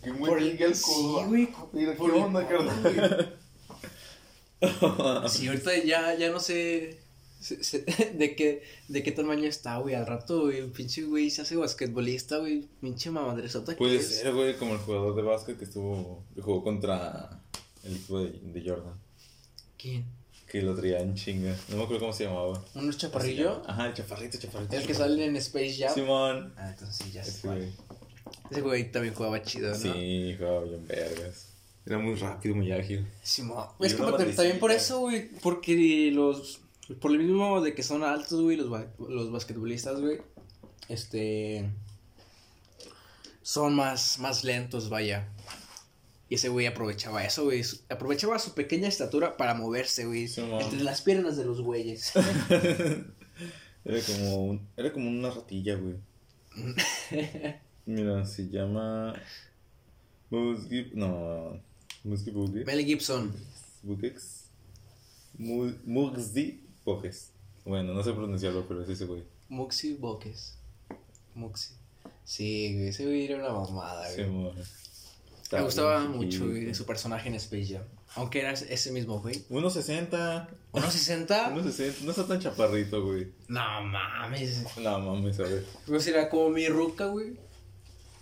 [SPEAKER 2] Qué
[SPEAKER 1] Por el- Sí, güey.
[SPEAKER 2] Mira,
[SPEAKER 1] por
[SPEAKER 2] ¿qué
[SPEAKER 1] el
[SPEAKER 2] onda,
[SPEAKER 1] codo,
[SPEAKER 2] carnal?
[SPEAKER 1] Sí, ahorita ya, ya no sé. se- se- De qué, de qué tamaño está, güey. Al rato, güey, un pinche güey se hace basquetbolista, güey. Pinche mamadresota. que
[SPEAKER 2] Puede
[SPEAKER 1] es.
[SPEAKER 2] ser, güey, como el jugador de básquet que estuvo, que jugó contra el equipo de, de Jordan.
[SPEAKER 1] ¿Quién?
[SPEAKER 2] Que lo traían chinga. No me acuerdo cómo se llamaba.
[SPEAKER 1] ¿Un chaparrillo?
[SPEAKER 2] Ajá, el chaparrito, chaparrito.
[SPEAKER 1] El que sale en Space Jam.
[SPEAKER 2] Simón.
[SPEAKER 1] Ah, entonces sí, ya sé
[SPEAKER 2] Ese
[SPEAKER 1] cuál.
[SPEAKER 2] güey.
[SPEAKER 1] Ese güey también jugaba chido, ¿no?
[SPEAKER 2] Sí, jugaba bien vergas. Era muy rápido, muy ágil.
[SPEAKER 1] Simón.
[SPEAKER 2] Y
[SPEAKER 1] Es que
[SPEAKER 2] una
[SPEAKER 1] pero tam- también por
[SPEAKER 2] madrecita.
[SPEAKER 1] eso, güey, porque los... Por lo mismo de que son altos, güey, los, ba- los basquetbolistas, güey, este... Son más, más lentos, vaya. Y ese güey aprovechaba eso, güey. su- Aprovechaba su pequeña estatura para moverse, güey.
[SPEAKER 2] Simón.
[SPEAKER 1] entre las piernas de los güeyes.
[SPEAKER 2] Era como, un- era como una ratilla, güey. Mira, se llama. Musgi. No. Musgi Bugex.
[SPEAKER 1] Mel Gibson.
[SPEAKER 2] Bugex. Mu- Mugsdi Boges. Bueno, no sé pronunciarlo, pero es ese güey.
[SPEAKER 1] Muxi Boques. Muxi. Sí, güey, ese güey era una mamada, güey.
[SPEAKER 2] Se mo-
[SPEAKER 1] Me gustaba
[SPEAKER 2] Está bien
[SPEAKER 1] mucho, güey, de
[SPEAKER 2] chiquito.
[SPEAKER 1] su personaje en Space Jam. Aunque era ese mismo, güey.
[SPEAKER 2] 1.60.
[SPEAKER 1] ¿1.60?
[SPEAKER 2] 1.60. No está tan chaparrito, güey.
[SPEAKER 1] No mames.
[SPEAKER 2] No mames, a ver.
[SPEAKER 1] Yo será como mi ruca, güey.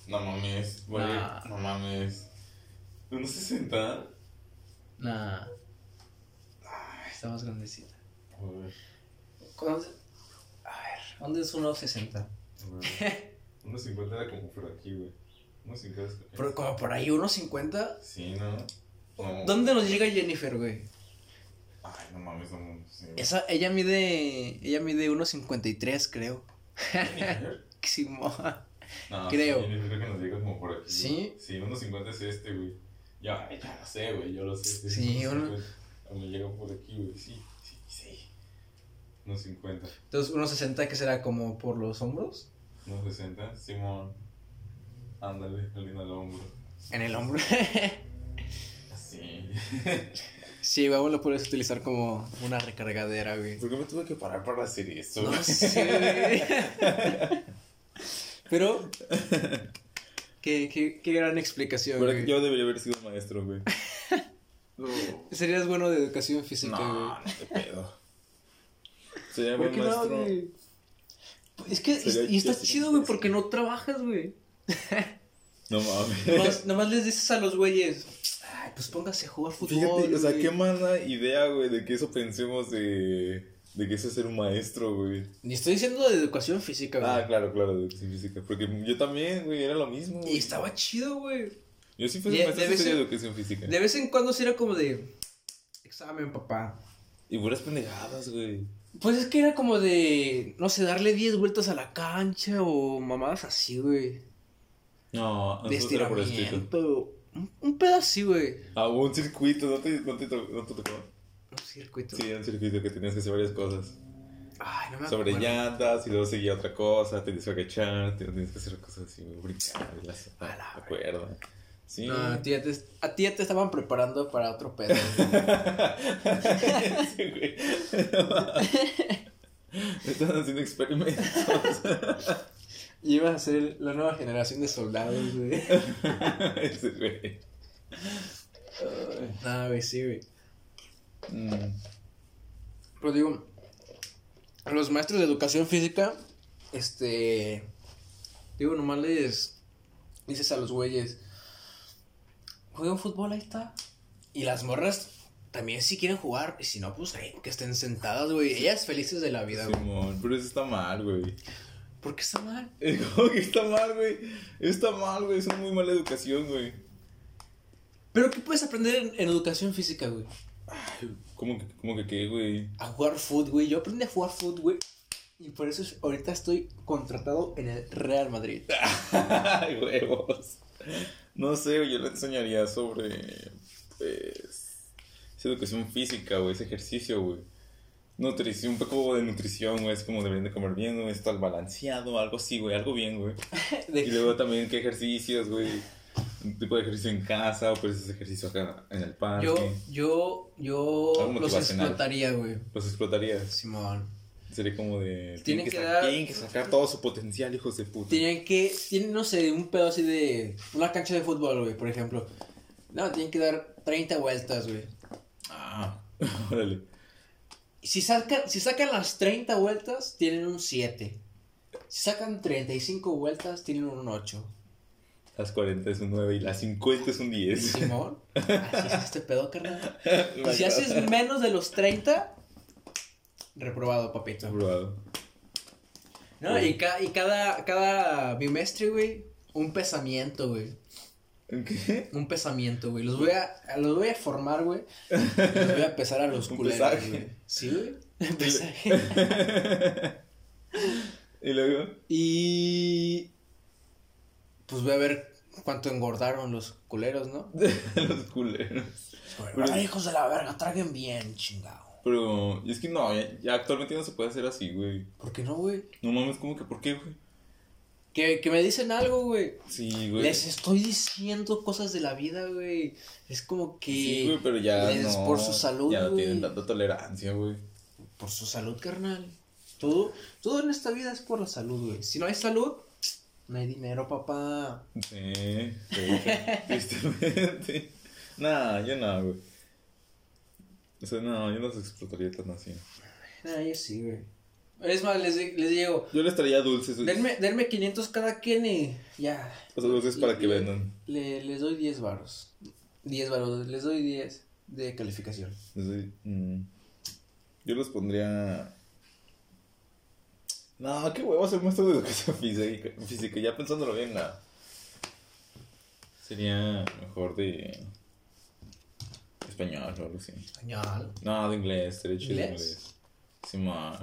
[SPEAKER 2] No mames, güey.
[SPEAKER 1] Nah.
[SPEAKER 2] No mames. 1.60.
[SPEAKER 1] Nah. Está más grandecita.
[SPEAKER 2] Güey.
[SPEAKER 1] ¿Cuándo se- A ver, ¿dónde es 1.60?
[SPEAKER 2] Unos 50 era como por aquí, güey. Unos 50 es-
[SPEAKER 1] Pero como por ahí, 1.50.
[SPEAKER 2] Sí, ¿no? No.
[SPEAKER 1] ¿Dónde nos llega Jennifer, güey?
[SPEAKER 2] Ay, no mames, no mames. sí, güey.
[SPEAKER 1] Esa, ella mide. Ella mide 1.53, creo.
[SPEAKER 2] Jennifer.
[SPEAKER 1] Que sí, moja.
[SPEAKER 2] No,
[SPEAKER 1] Creo.
[SPEAKER 2] sí, Jennifer, creo que nos llega como por aquí. güey.
[SPEAKER 1] ¿Sí?
[SPEAKER 2] Sí, unos 50 es este, güey. Ya, ya lo sé, güey, yo lo sé.
[SPEAKER 1] Sí, uno-
[SPEAKER 2] Me llega por aquí, güey. Sí, sí, sí. Unos 50.
[SPEAKER 1] Entonces, 1.60 que será como por los hombros.
[SPEAKER 2] Unos 60. Simón. Ándale, alina al hombro.
[SPEAKER 1] En el hombro.
[SPEAKER 2] Sí.
[SPEAKER 1] sí, vamos, lo puedes utilizar como una recargadera, güey.
[SPEAKER 2] ¿Por qué me tuve que parar para hacer eso?
[SPEAKER 1] No sé. Pero. Qué, qué, qué gran explicación,
[SPEAKER 2] Pero
[SPEAKER 1] güey.
[SPEAKER 2] yo debería haber sido maestro, güey. No.
[SPEAKER 1] Serías bueno de educación física,
[SPEAKER 2] No,
[SPEAKER 1] güey.
[SPEAKER 2] no te pedo. Sería
[SPEAKER 1] ¿Por
[SPEAKER 2] buen
[SPEAKER 1] qué no,
[SPEAKER 2] maestro.
[SPEAKER 1] güey? Es que
[SPEAKER 2] Sería
[SPEAKER 1] y, y está
[SPEAKER 2] que-
[SPEAKER 1] chido, güey, porque no trabajas, güey.
[SPEAKER 2] No mames.
[SPEAKER 1] Nomás, nomás les dices a los güeyes, ay, pues póngase a jugar fútbol.
[SPEAKER 2] Fíjate, o sea,
[SPEAKER 1] güey".
[SPEAKER 2] qué mala idea, güey, de que eso pensemos de, de que eso es ser un maestro, güey.
[SPEAKER 1] Ni estoy diciendo de educación física, güey.
[SPEAKER 2] Ah, claro, claro, de educación física. Porque yo también, güey, era lo mismo. güey.
[SPEAKER 1] Y estaba chido, güey.
[SPEAKER 2] Yo sí fuese
[SPEAKER 1] de-
[SPEAKER 2] maestro sí
[SPEAKER 1] debe
[SPEAKER 2] sería
[SPEAKER 1] ser-
[SPEAKER 2] de educación física.
[SPEAKER 1] De vez en cuando sí era como de examen, papá.
[SPEAKER 2] Y puras pendejadas, güey.
[SPEAKER 1] Pues es que era como de, no sé, darle 10 vueltas a la cancha o mamadas así, güey.
[SPEAKER 2] No,
[SPEAKER 1] De
[SPEAKER 2] nosotros Ah, era por escrito.
[SPEAKER 1] estiramiento. Un, un pedo así, güey.
[SPEAKER 2] Ah, un circuito, no te, no te, to- no te tocó.
[SPEAKER 1] Un circuito.
[SPEAKER 2] Sí, era un circuito que tenías que hacer varias cosas.
[SPEAKER 1] Ay, no me acuerdo.
[SPEAKER 2] Sobre llantas y luego seguía otra cosa, tenías que agacharte, tenías que hacer cosas así, güey, brincar, y las
[SPEAKER 1] A la
[SPEAKER 2] la cuerda. Sí.
[SPEAKER 1] No, a, ti ya te, a ti ya te estaban preparando para otro pedo.
[SPEAKER 2] Sí, güey. Están haciendo experimentos.
[SPEAKER 1] Y ibas a ser la nueva generación de soldados, güey.
[SPEAKER 2] Ese güey. Ay.
[SPEAKER 1] Ah, güey, sí, güey.
[SPEAKER 2] Mm.
[SPEAKER 1] Pero digo, los maestros de educación física, este. Digo, nomás les dices a los güeyes: juegan fútbol, ahí está. Y las morras también, si quieren jugar, y si no, pues ahí, que estén sentadas, güey. Ellas felices de la vida, güey.
[SPEAKER 2] Simón, pero eso está mal, güey.
[SPEAKER 1] ¿Por qué está mal?
[SPEAKER 2] Es como que está mal, güey. Está mal, güey. Es una muy mala educación, güey.
[SPEAKER 1] Pero ¿qué puedes aprender en, en educación física, güey?
[SPEAKER 2] ¿Cómo que, cómo que qué, güey?
[SPEAKER 1] A jugar foot, güey. Yo aprendí a jugar foot, güey. Y por eso es- ahorita estoy contratado en el Real Madrid.
[SPEAKER 2] Ay, huevos. No sé, güey, yo le enseñaría sobre, pues, esa educación física, güey, ese ejercicio, güey. Nutrición, un poco de nutrición, güey, es como deberían de comer bien, güey, estar balanceado, algo así, güey, algo bien, güey.
[SPEAKER 1] De-
[SPEAKER 2] Y luego también qué ejercicios, güey, un tipo de ejercicio en casa o pues ese ejercicio acá en el parque.
[SPEAKER 1] yo, yo, yo
[SPEAKER 2] Algo
[SPEAKER 1] los
[SPEAKER 2] motivacional.
[SPEAKER 1] explotaría, güey.
[SPEAKER 2] Los explotarías.
[SPEAKER 1] Simón.
[SPEAKER 2] Sería como de.
[SPEAKER 1] Tienen que
[SPEAKER 2] sa-
[SPEAKER 1] dar-
[SPEAKER 2] tienen que sacar todo su potencial, hijos de puta.
[SPEAKER 1] Tienen que, tienen, no sé, un pedo así de una cancha de fútbol, güey, por ejemplo. No, tienen que dar 30 vueltas, güey.
[SPEAKER 2] Ah, órale.
[SPEAKER 1] Y Si sacan, si sacan las 30 vueltas, tienen un 7. Si sacan 35 vueltas, tienen un 8.
[SPEAKER 2] Las 40 es un 9 y las 50 es un 10.
[SPEAKER 1] Simón, así es este pedo, carnal. Y Pues si
[SPEAKER 2] Acá.
[SPEAKER 1] haces menos de los 30, reprobado, papito.
[SPEAKER 2] Bro.
[SPEAKER 1] No, y, ca- y cada, cada bimestre, güey, un pesamiento, güey.
[SPEAKER 2] ¿Qué?
[SPEAKER 1] Un pesamiento, güey. Los voy a, a- los voy a formar, güey. y Los voy a pesar a los
[SPEAKER 2] Un
[SPEAKER 1] culeros,
[SPEAKER 2] pesaje.
[SPEAKER 1] güey. Sí, güey. Pesaje.
[SPEAKER 2] ¿Y luego?
[SPEAKER 1] Y pues voy a ver cuánto engordaron los culeros, ¿no?
[SPEAKER 2] Los culeros.
[SPEAKER 1] Bueno, "Ay, hijos de la verga, traguen bien, chingado.
[SPEAKER 2] Pero y es que no, ya, ya actualmente no se puede hacer así, güey.
[SPEAKER 1] ¿Por qué no, güey?
[SPEAKER 2] No mames, ¿cómo que por qué, güey?
[SPEAKER 1] Que, que me dicen algo, güey.
[SPEAKER 2] Sí, güey.
[SPEAKER 1] Les estoy diciendo cosas de la vida, güey. Es como que
[SPEAKER 2] Sí, güey, pero ya
[SPEAKER 1] les-
[SPEAKER 2] no.
[SPEAKER 1] por su salud,
[SPEAKER 2] Ya no
[SPEAKER 1] güey.
[SPEAKER 2] tienen tanta tolerancia, güey.
[SPEAKER 1] por su salud, carnal. Todo, todo en esta vida es por la salud, güey. Si no hay salud, no hay dinero, papá.
[SPEAKER 2] Sí, sí, tristemente. Nah, yo no, güey. O sea, no, yo no se explotaría tan así.
[SPEAKER 1] Ah, yo sí, güey. Es más, les, di- les digo,
[SPEAKER 2] Yo les traía dulces.
[SPEAKER 1] denme, denme 500 cada quien y ya.
[SPEAKER 2] Pues, O sea, dulces para que
[SPEAKER 1] Le-
[SPEAKER 2] vendan.
[SPEAKER 1] le- les doy 10 varos. 10 varos, les doy 10 de calificación.
[SPEAKER 2] Sí, mm. Yo los pondría. No, qué huevo hacer maestro de educación física. física. Ya pensándolo bien, nada. Sería mejor de. español o algo así.
[SPEAKER 1] Señal.
[SPEAKER 2] No, de inglés, estaría chido de
[SPEAKER 1] ¿Inglés?
[SPEAKER 2] inglés. Sí, man.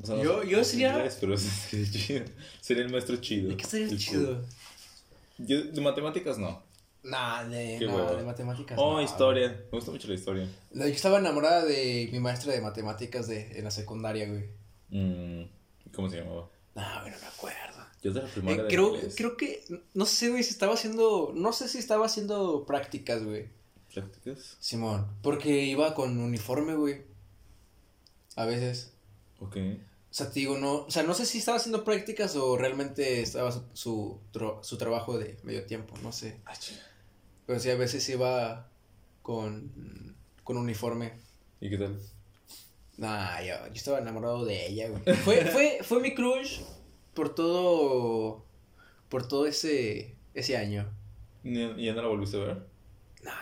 [SPEAKER 2] O sea,
[SPEAKER 1] Yo- yo
[SPEAKER 2] de
[SPEAKER 1] sería-
[SPEAKER 2] Inglés, pero sería chido. Sería el maestro chido.
[SPEAKER 1] ¿De qué estaría
[SPEAKER 2] El cool.
[SPEAKER 1] chido?
[SPEAKER 2] Yo, de matemáticas no.
[SPEAKER 1] Nah, de,
[SPEAKER 2] Qué
[SPEAKER 1] nah,
[SPEAKER 2] hueva.
[SPEAKER 1] de matemáticas.
[SPEAKER 2] Oh,
[SPEAKER 1] no,
[SPEAKER 2] historia. Me gusta mucho la historia.
[SPEAKER 1] güey. No, Yo estaba enamorada de mi maestra de matemáticas de, en la secundaria, güey.
[SPEAKER 2] Mm, ¿Cómo se llamaba?
[SPEAKER 1] Nah, güey, no me acuerdo.
[SPEAKER 2] Yo de la
[SPEAKER 1] Eh,
[SPEAKER 2] primaria. de
[SPEAKER 1] creo,
[SPEAKER 2] inglés.
[SPEAKER 1] creo que, no sé, güey, si estaba haciendo, no sé si estaba haciendo prácticas, güey.
[SPEAKER 2] ¿Prácticas?
[SPEAKER 1] Simón, porque iba con uniforme, güey. A veces.
[SPEAKER 2] Ok.
[SPEAKER 1] O sea, te digo, no, o sea, no sé si estaba haciendo prácticas o realmente estaba su, su, tro- su trabajo de medio tiempo, no sé. Pero sí, a veces iba con, con uniforme.
[SPEAKER 2] ¿Y qué tal?
[SPEAKER 1] Nah, yo, yo estaba enamorado de ella, güey. Fue, fue, fue mi crush por todo, por todo ese, ese año.
[SPEAKER 2] ¿Y ya no la volviste a ver?
[SPEAKER 1] Nah,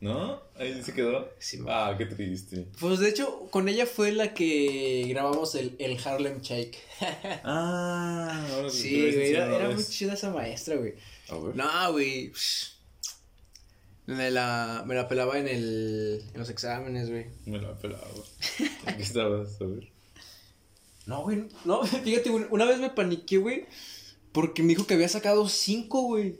[SPEAKER 2] ¿No? Ahí se quedó.
[SPEAKER 1] sí, me-
[SPEAKER 2] Ah, qué triste.
[SPEAKER 1] Pues de hecho, con ella fue la que grabamos el, el Harlem Shake.
[SPEAKER 2] Ah, ahora que
[SPEAKER 1] Sí,
[SPEAKER 2] te lo
[SPEAKER 1] güey,
[SPEAKER 2] dicen,
[SPEAKER 1] era,
[SPEAKER 2] no
[SPEAKER 1] era
[SPEAKER 2] ves.
[SPEAKER 1] muy chida esa maestra, güey.
[SPEAKER 2] A ver.
[SPEAKER 1] No, güey. Me la, me la pelaba en, el, en los exámenes, güey.
[SPEAKER 2] Me la pelaba. ¿En qué estabas? A ver.
[SPEAKER 1] No, güey. No, fíjate, güey, una vez me paniqué, güey. Porque me dijo que había sacado cinco, güey.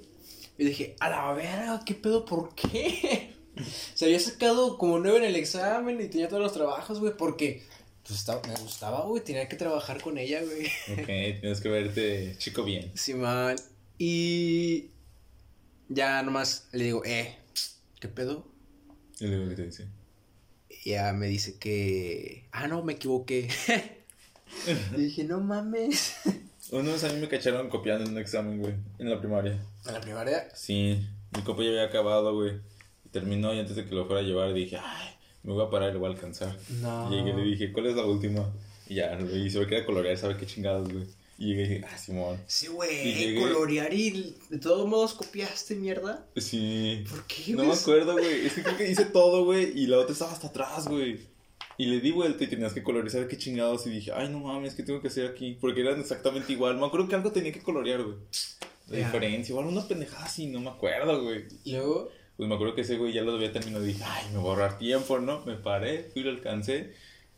[SPEAKER 1] Y dije, a la verga, ¿qué pedo? ¿Por qué? Se había sacado como nueve en el examen y tenía todos los trabajos, güey. Porque pues, estaba- me gustaba, güey. Tenía que trabajar con ella, güey.
[SPEAKER 2] Ok, tienes que verte chico bien.
[SPEAKER 1] Sí, mal. Y ya nomás le digo, eh, ¿qué pedo?
[SPEAKER 2] Y luego que te dice.
[SPEAKER 1] Y ya me dice que, ah, no, me equivoqué. y dije, no mames.
[SPEAKER 2] Una vez a mí me cacharon copiando en un examen, güey, en la primaria.
[SPEAKER 1] A la primaria.
[SPEAKER 2] Sí, mi copa ya había acabado, güey. Y terminó y antes de que lo fuera a llevar dije, ay, me voy a parar y lo voy a alcanzar.
[SPEAKER 1] No.
[SPEAKER 2] Llegué y le dije, ¿cuál es la última? Y ya, lo hice, ve que era colorear, sabe qué chingados, güey. Y llegué y dije, ah, Simón.
[SPEAKER 1] Sí,
[SPEAKER 2] Y
[SPEAKER 1] güey,
[SPEAKER 2] llegué-
[SPEAKER 1] colorear y de todos modos copiaste mierda.
[SPEAKER 2] Sí.
[SPEAKER 1] ¿Por qué,
[SPEAKER 2] No
[SPEAKER 1] güey?
[SPEAKER 2] me acuerdo, güey. Es que creo que hice todo, güey. Y la otra estaba hasta atrás, güey. Y le di vuelta y tenías que colorear, ¿sabes qué chingados? Y dije, ay, no mames, ¿qué tengo que hacer aquí? Porque eran exactamente igual. Me acuerdo que algo tenía que colorear, güey. La
[SPEAKER 1] Ya.
[SPEAKER 2] diferencia, igual una pendejada así, no me acuerdo, güey.
[SPEAKER 1] Y luego,
[SPEAKER 2] Pues me acuerdo que ese güey ya lo había terminado y dije, ay, me voy a ahorrar tiempo, ¿no? Me paré, fui y lo alcancé.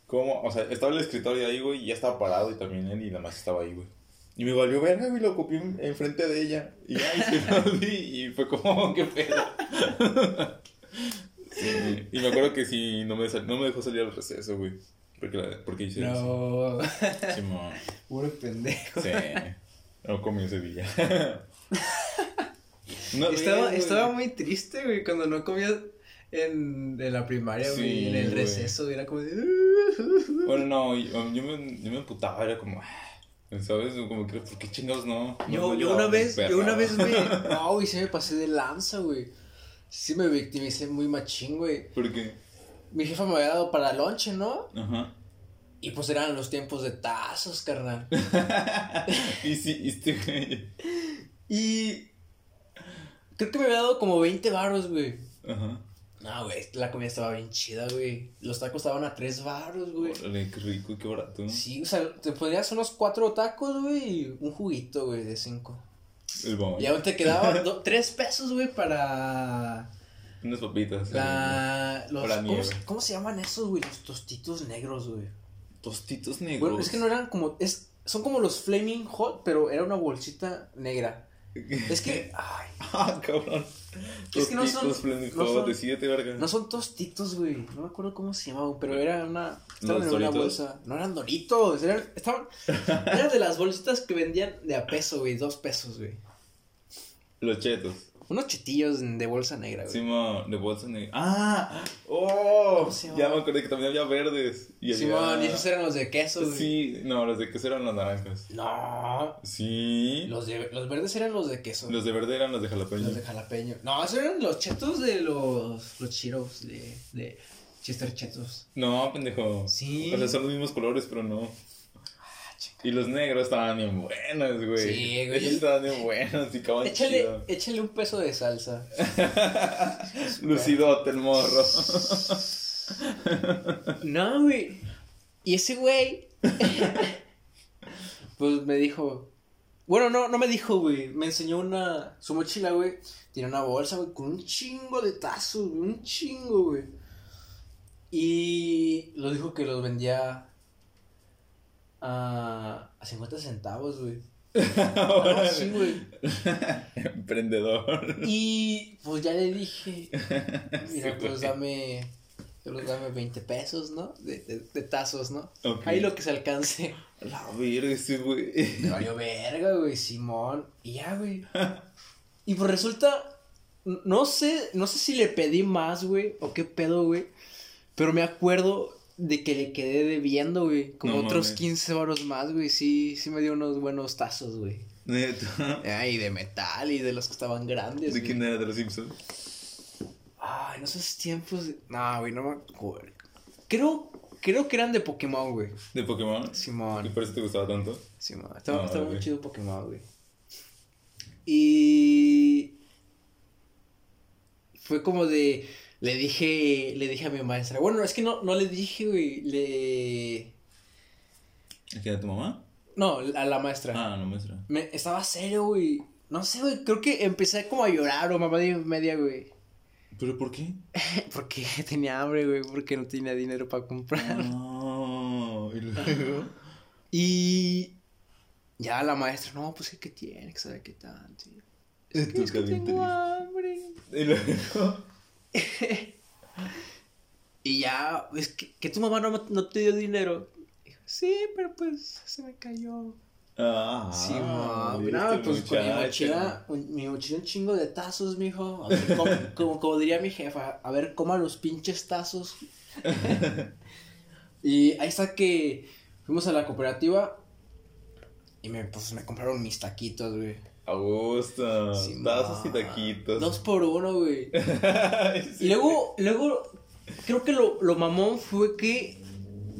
[SPEAKER 2] Como, o sea, estaba el escritorio ahí, güey, y ya estaba parado y también él y la más estaba ahí, güey. Y me valió verga, güey, lo ocupé en- enfrente de ella. Y ya, y se lo di, y fue como, qué pedo. Sí, y me acuerdo que sí, no me, sal- no me dejó salir al receso, güey. Porque, la- porque hice eso.
[SPEAKER 1] no,
[SPEAKER 2] Simón.
[SPEAKER 1] puro pendejo.
[SPEAKER 2] Sí. No comí ese día. Una vez,
[SPEAKER 1] Estaba,
[SPEAKER 2] güey.
[SPEAKER 1] estaba muy triste, güey, cuando no comías en, en la primaria,
[SPEAKER 2] Sí,
[SPEAKER 1] güey, en el
[SPEAKER 2] güey.
[SPEAKER 1] receso, güey, era como de...
[SPEAKER 2] Bueno, no, um, yo, yo me, yo me emputaba, era como, ah, ¿sabes? Como que, ¿por qué chingados no? No
[SPEAKER 1] Yo,
[SPEAKER 2] me
[SPEAKER 1] yo
[SPEAKER 2] la
[SPEAKER 1] una vez, yo una
[SPEAKER 2] perra.
[SPEAKER 1] vez me... No, güey, sí me pasé de lanza, güey. Sí me victimicé muy machín, güey.
[SPEAKER 2] ¿Por qué?
[SPEAKER 1] Mi jefa me había dado para lonche, ¿no?
[SPEAKER 2] Ajá.
[SPEAKER 1] Y pues eran los tiempos de tazos, carnal.
[SPEAKER 2] Y sí, y este güey.
[SPEAKER 1] Y... Creo que me había dado como 20 baros, güey.
[SPEAKER 2] Ajá.
[SPEAKER 1] No, güey, la comida estaba bien chida, güey. Los tacos estaban a 3 baros, güey.
[SPEAKER 2] Órale, qué rico y qué barato.
[SPEAKER 1] Sí, o sea, te ponías unos cuatro tacos, güey, y un juguito, güey, de cinco.
[SPEAKER 2] El bombo.
[SPEAKER 1] Y aún te quedaban do- tres pesos, güey, para
[SPEAKER 2] Unas papitas. eh,
[SPEAKER 1] la... Los,
[SPEAKER 2] Para
[SPEAKER 1] ¿cómo,
[SPEAKER 2] nieve.
[SPEAKER 1] se- cómo se llaman esos, güey? Los tostitos negros, güey.
[SPEAKER 2] Tostitos negros.
[SPEAKER 1] Bueno, es que no eran como... Es, son como los Flaming Hot, pero era una bolsita negra. Es que... Ay,
[SPEAKER 2] ah, cabrón.
[SPEAKER 1] Es que no son-
[SPEAKER 2] Tostitos
[SPEAKER 1] no
[SPEAKER 2] flamingos
[SPEAKER 1] son-
[SPEAKER 2] de siete, verga.
[SPEAKER 1] no son tostitos, güey. No me acuerdo cómo se llamaban, pero era una... Estaban
[SPEAKER 2] ¿Los
[SPEAKER 1] en una
[SPEAKER 2] Doritos?
[SPEAKER 1] bolsa. No eran doritos. Eran, estaban, eran de las bolsitas que vendían de a peso, güey. Dos pesos, güey.
[SPEAKER 2] Los chetos.
[SPEAKER 1] Unos chetillos de bolsa negra, güey.
[SPEAKER 2] Simón, de bolsa negra. ¡Ah! ¡Oh!
[SPEAKER 1] Simón.
[SPEAKER 2] Ya me acordé que también había verdes. Y había-
[SPEAKER 1] Simón, y esos eran los de queso, güey.
[SPEAKER 2] Sí, no, los de queso eran los naranjas.
[SPEAKER 1] No.
[SPEAKER 2] Sí.
[SPEAKER 1] Los, de, los verdes eran los de queso.
[SPEAKER 2] Los de verde eran los de jalapeño.
[SPEAKER 1] Los de jalapeño. No, esos eran los chetos de los. Los chiros de. de Chester Chetos.
[SPEAKER 2] No, pendejo.
[SPEAKER 1] Sí. Ah,
[SPEAKER 2] O sea, son los mismos colores, pero no. Y los negros estaban bien buenos, güey.
[SPEAKER 1] Sí, güey.
[SPEAKER 2] Esos estaban bien buenos y cabrón
[SPEAKER 1] Échale,
[SPEAKER 2] chido.
[SPEAKER 1] échale un peso de salsa.
[SPEAKER 2] Lucidote el morro.
[SPEAKER 1] No, güey. Y ese güey. pues me dijo. Bueno, no, no me dijo, güey. Me enseñó una. Su mochila, güey. Tiene una bolsa, güey, con un chingo de tazos, güey. Un chingo, güey. Y lo dijo que los vendía a, a 50 centavos, güey. Algo
[SPEAKER 2] Órale.
[SPEAKER 1] así, güey.
[SPEAKER 2] Emprendedor.
[SPEAKER 1] Y pues ya le dije, mira,
[SPEAKER 2] Sí,
[SPEAKER 1] pues
[SPEAKER 2] güey.
[SPEAKER 1] dame, pues dame 20 pesos, ¿no? De, de- de tazos, ¿no?
[SPEAKER 2] Ok.
[SPEAKER 1] Ahí lo que se alcance.
[SPEAKER 2] La verga ese, güey.
[SPEAKER 1] Me valió verga, güey, Simón. Y ya, güey. Y pues resulta, n- no sé, no sé si le pedí más, güey, o qué pedo, güey. Pero me acuerdo de que le quedé debiendo, güey, como
[SPEAKER 2] No
[SPEAKER 1] otros
[SPEAKER 2] mames.
[SPEAKER 1] 15 baros más, güey. Sí, sí me dio unos buenos tazos, güey.
[SPEAKER 2] Neta.
[SPEAKER 1] Ay, de metal y de los que estaban grandes.
[SPEAKER 2] ¿De
[SPEAKER 1] güey.
[SPEAKER 2] quién era? ¿De los Simpsons?
[SPEAKER 1] Ay, en esos tiempos. de- No, güey, no me acuerdo. Creo, creo que eran de Pokémon, güey.
[SPEAKER 2] ¿De Pokémon? ¿Y
[SPEAKER 1] Simón.
[SPEAKER 2] por eso te gustaba tanto?
[SPEAKER 1] Simón. Estaba,
[SPEAKER 2] No,
[SPEAKER 1] estaba
[SPEAKER 2] güey.
[SPEAKER 1] muy chido Pokémon, güey. Y. Fue como de. Le dije. Le dije a mi maestra. Bueno, es que no, no le dije, güey. Le.
[SPEAKER 2] ¿Es que era tu mamá?
[SPEAKER 1] No, a la maestra.
[SPEAKER 2] Ah, no, maestra.
[SPEAKER 1] Me, estaba serio, güey. No sé, güey. Creo que empecé como a llorar o mamá de media, güey.
[SPEAKER 2] ¿Pero por qué?
[SPEAKER 1] Porque tenía hambre, güey. Porque no tenía dinero para comprar.
[SPEAKER 2] No. Y luego.
[SPEAKER 1] Y ya la maestra, no, pues que, que tiene, que sabe qué tanto. Es que,
[SPEAKER 2] Tú
[SPEAKER 1] es que
[SPEAKER 2] también
[SPEAKER 1] tengo
[SPEAKER 2] te dije.
[SPEAKER 1] hambre.
[SPEAKER 2] Y luego.
[SPEAKER 1] Y ya, es que, que tu mamá no, no te dio dinero. Dijo, sí, pero pues se me cayó.
[SPEAKER 2] Ah,
[SPEAKER 1] Sí, ma,
[SPEAKER 2] mira
[SPEAKER 1] mira,
[SPEAKER 2] este
[SPEAKER 1] pues con mi
[SPEAKER 2] muchacho.
[SPEAKER 1] mochila, un- mi mochila un chingo de tazos, mijo. A ver, como, como, como diría mi jefa, a ver, coma los pinches tazos. y ahí está que fuimos a la cooperativa y me, pues, me compraron mis taquitos, güey.
[SPEAKER 2] A gusto.
[SPEAKER 1] Sí,
[SPEAKER 2] Tazos
[SPEAKER 1] ma.
[SPEAKER 2] y taquitos.
[SPEAKER 1] Dos por uno, güey.
[SPEAKER 2] Sí.
[SPEAKER 1] Y luego, luego, creo que lo, lo mamón fue que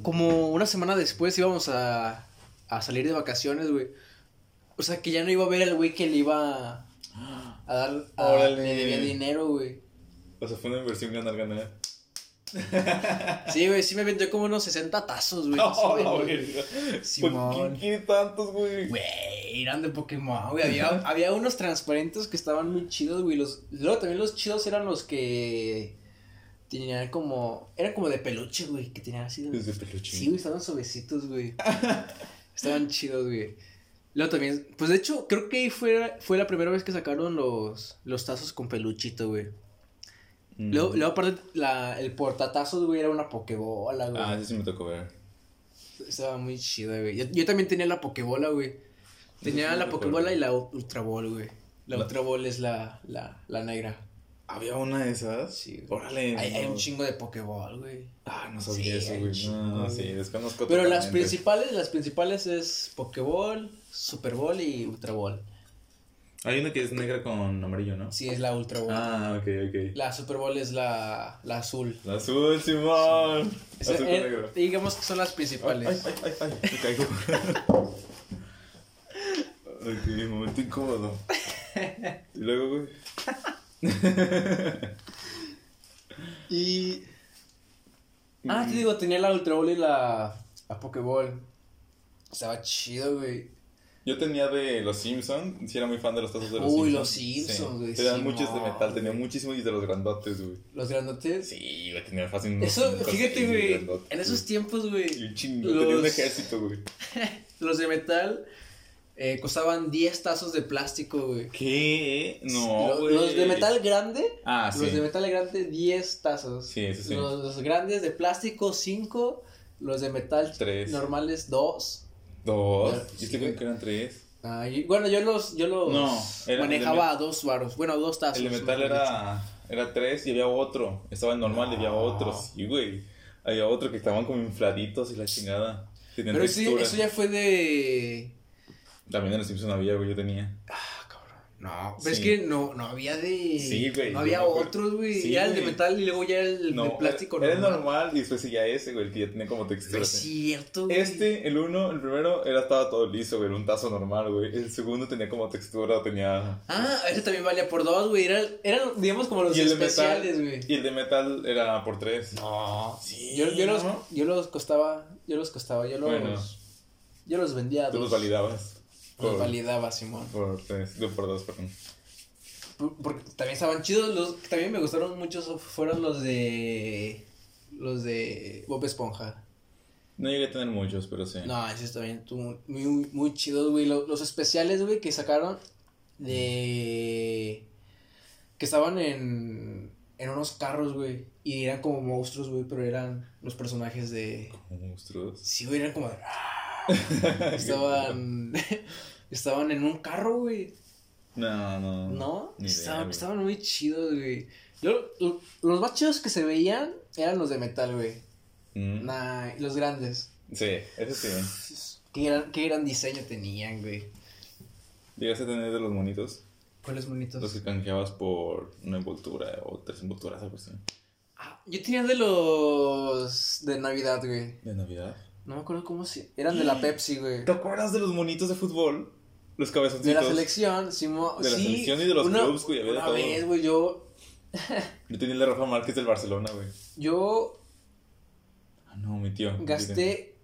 [SPEAKER 1] como una semana después íbamos a, a salir de vacaciones, güey. O sea, que ya no iba a ver al güey que le iba a, a dar a,
[SPEAKER 2] Órale.
[SPEAKER 1] le debía dinero, güey.
[SPEAKER 2] O sea, fue una inversión ganar, ganar.
[SPEAKER 1] Sí, güey, sí me vendió como unos 60 tazos, güey. no sé,
[SPEAKER 2] No, la
[SPEAKER 1] güey.
[SPEAKER 2] verga. ¿Por
[SPEAKER 1] Simón.
[SPEAKER 2] qué quiere tantos, güey?
[SPEAKER 1] Güey, eran de Pokémon, güey. Había, había unos transparentes que estaban muy chidos, güey. Los, luego también los chidos eran los que tenían como. Eran como de peluche, güey. Que tenían así. de-
[SPEAKER 2] Es de peluche.
[SPEAKER 1] Sí, güey, estaban suavecitos, güey. estaban chidos, güey. Luego también, pues de hecho, creo que ahí fue, fue la primera vez que sacaron los, los tazos con peluchito, güey.
[SPEAKER 2] Mm.
[SPEAKER 1] Luego, luego aparte, la, el portatazos, güey, era una pokebola, güey.
[SPEAKER 2] Ah, ese sí me tocó ver.
[SPEAKER 1] Estaba muy chida, güey. Yo, yo también tenía la pokebola, güey. Tenía
[SPEAKER 2] sí
[SPEAKER 1] la
[SPEAKER 2] me
[SPEAKER 1] pokebola
[SPEAKER 2] acuerdo.
[SPEAKER 1] y la u- Ultra Ball, güey. La
[SPEAKER 2] La-
[SPEAKER 1] Ultra Ball es la, la, la negra.
[SPEAKER 2] ¿Había una de esas?
[SPEAKER 1] Sí, güey.
[SPEAKER 2] Órale.
[SPEAKER 1] Hay, hay
[SPEAKER 2] no.
[SPEAKER 1] un chingo de pokeball, güey.
[SPEAKER 2] Ah, no
[SPEAKER 1] Sí,
[SPEAKER 2] sabía
[SPEAKER 1] hay
[SPEAKER 2] eso,
[SPEAKER 1] un
[SPEAKER 2] güey.
[SPEAKER 1] chingo,
[SPEAKER 2] No, no,
[SPEAKER 1] güey.
[SPEAKER 2] sí, desconozco
[SPEAKER 1] Pero las
[SPEAKER 2] totalmente.
[SPEAKER 1] principales, las principales es pokeball, Super Ball y Ultra Ball.
[SPEAKER 2] Hay una que es negra con amarillo, ¿no?
[SPEAKER 1] Sí, es la Ultra Ball.
[SPEAKER 2] Ah, ok, ok.
[SPEAKER 1] La Super Ball es la, la azul.
[SPEAKER 2] La azul, Simón.
[SPEAKER 1] Es-
[SPEAKER 2] Azul con
[SPEAKER 1] eh,
[SPEAKER 2] negro.
[SPEAKER 1] digamos que son las principales.
[SPEAKER 2] Ay, ay, ay, ay, me caigo. ok, momento incómodo. Y luego, güey.
[SPEAKER 1] Y.
[SPEAKER 2] Mm.
[SPEAKER 1] Ah, te digo, tenía la Ultra Ball y la, la Pokeball. Estaba chido, güey.
[SPEAKER 2] Yo tenía de los Simpsons, sí era muy fan de los tazos de los
[SPEAKER 1] Uy,
[SPEAKER 2] Simpsons.
[SPEAKER 1] los Simpson,
[SPEAKER 2] Sí.
[SPEAKER 1] güey,
[SPEAKER 2] Tenían
[SPEAKER 1] sí,
[SPEAKER 2] muchos de
[SPEAKER 1] no,
[SPEAKER 2] metal, tenía
[SPEAKER 1] güey.
[SPEAKER 2] muchísimos y de los grandotes, güey.
[SPEAKER 1] Los grandotes.
[SPEAKER 2] Sí, güey, tenía fácil unos
[SPEAKER 1] Eso,
[SPEAKER 2] cinco,
[SPEAKER 1] fíjate,
[SPEAKER 2] seis de
[SPEAKER 1] güey.
[SPEAKER 2] grandotes,
[SPEAKER 1] En esos
[SPEAKER 2] güey.
[SPEAKER 1] tiempos,
[SPEAKER 2] Y
[SPEAKER 1] güey,
[SPEAKER 2] un chingo, tenía un
[SPEAKER 1] los-
[SPEAKER 2] ejército, güey.
[SPEAKER 1] los de metal eh, costaban 10 tazos de plástico, güey.
[SPEAKER 2] ¿Qué?
[SPEAKER 1] Lo-
[SPEAKER 2] No, güey.
[SPEAKER 1] Los de metal grande,
[SPEAKER 2] Ah, sí.
[SPEAKER 1] los de metal grande, 10 tazos.
[SPEAKER 2] Sí, eso sí.
[SPEAKER 1] Los, los grandes de plástico, 5. Los de metal
[SPEAKER 2] Tres.
[SPEAKER 1] normales, 2.
[SPEAKER 2] Dos.
[SPEAKER 1] Sí,
[SPEAKER 2] Yo te creo
[SPEAKER 1] güey.
[SPEAKER 2] que eran tres.
[SPEAKER 1] bueno, yo los, yo los
[SPEAKER 2] No, era-
[SPEAKER 1] manejaba a dos varos. Bueno, dos tazos.
[SPEAKER 2] El de metal
[SPEAKER 1] mejor dicho.
[SPEAKER 2] era, era tres y había otro. Estaba el normal y había
[SPEAKER 1] No.
[SPEAKER 2] otro, sí, güey. Había otro que estaban como infladitos y la chingada. Tenían
[SPEAKER 1] Pero sí,
[SPEAKER 2] textura.
[SPEAKER 1] eso ya fue de.
[SPEAKER 2] También en los Simpsons había, güey, yo tenía.
[SPEAKER 1] Ah, cabrón. No, pero
[SPEAKER 2] Sí.
[SPEAKER 1] es que no, no había de.
[SPEAKER 2] Sí, güey,
[SPEAKER 1] No había
[SPEAKER 2] yo me acuerdo.
[SPEAKER 1] otros, güey.
[SPEAKER 2] Sí,
[SPEAKER 1] era el de
[SPEAKER 2] güey.
[SPEAKER 1] metal y luego ya el de plástico.
[SPEAKER 2] era, era el normal y después seguía ese, güey, el que ya tenía como
[SPEAKER 1] No
[SPEAKER 2] textura.
[SPEAKER 1] es cierto, güey.
[SPEAKER 2] Este, el uno, el primero, era, estaba todo liso, güey, era un tazo normal, güey. El segundo tenía como textura, tenía...
[SPEAKER 1] Ah, ese también valía por dos, güey. Era- Eran, digamos, como los
[SPEAKER 2] Y el de metal-
[SPEAKER 1] especiales, güey. Ah,
[SPEAKER 2] Y el de metal era por tres.
[SPEAKER 1] No.
[SPEAKER 2] Sí,
[SPEAKER 1] Yo, yo, los,
[SPEAKER 2] ¿no?
[SPEAKER 1] yo los costaba. Yo los costaba. Yo los.
[SPEAKER 2] Bueno.
[SPEAKER 1] Yo los vendía a
[SPEAKER 2] Tú
[SPEAKER 1] dos.
[SPEAKER 2] los validabas.
[SPEAKER 1] Los
[SPEAKER 2] Por,
[SPEAKER 1] validaba, Simón.
[SPEAKER 2] por tres, no, por dos, perdón.
[SPEAKER 1] Por- Porque también estaban chidos. Los que también me gustaron mucho so- fueron los de. Los de Bob Esponja.
[SPEAKER 2] No llegué a tener muchos, pero sí.
[SPEAKER 1] No, esos también estuvo muy, muy, muy chidos, güey. Lo- Los, especiales, güey, que sacaron de. que estaban en. en unos carros, güey. Y eran como monstruos, güey, pero eran los personajes de.
[SPEAKER 2] Monstruos.
[SPEAKER 1] Sí, güey, eran como de. ah, Estaban. estaban en un carro, güey.
[SPEAKER 2] No, no.
[SPEAKER 1] ¿No?
[SPEAKER 2] Ni idea,
[SPEAKER 1] Estaban,
[SPEAKER 2] güey.
[SPEAKER 1] estaban muy chidos, güey. Yo, lo- los más chidos que se veían eran los de metal, güey.
[SPEAKER 2] Mm.
[SPEAKER 1] Nah, los grandes.
[SPEAKER 2] Sí, eso sí.
[SPEAKER 1] Qué gran, qué gran diseño tenían, güey.
[SPEAKER 2] Llegaste a tener de los monitos.
[SPEAKER 1] ¿Cuáles bonitos?
[SPEAKER 2] Los que canjeabas por una envoltura o tres envolturas, algo así.
[SPEAKER 1] Ah, yo tenía de los de Navidad, güey.
[SPEAKER 2] De Navidad.
[SPEAKER 1] No me acuerdo cómo se... Eran de la Pepsi, güey.
[SPEAKER 2] ¿Te acuerdas de los monitos de fútbol? Los
[SPEAKER 1] De
[SPEAKER 2] cabezoncitos.
[SPEAKER 1] la selección, Simón.
[SPEAKER 2] De la
[SPEAKER 1] sí,
[SPEAKER 2] selección y de los
[SPEAKER 1] una,
[SPEAKER 2] clubs, güey, había de
[SPEAKER 1] Una
[SPEAKER 2] todo.
[SPEAKER 1] vez, güey, yo...
[SPEAKER 2] Yo tenía el de Rafa Márquez del Barcelona, güey.
[SPEAKER 1] Yo
[SPEAKER 2] Ah, no, mi tío.
[SPEAKER 1] gasté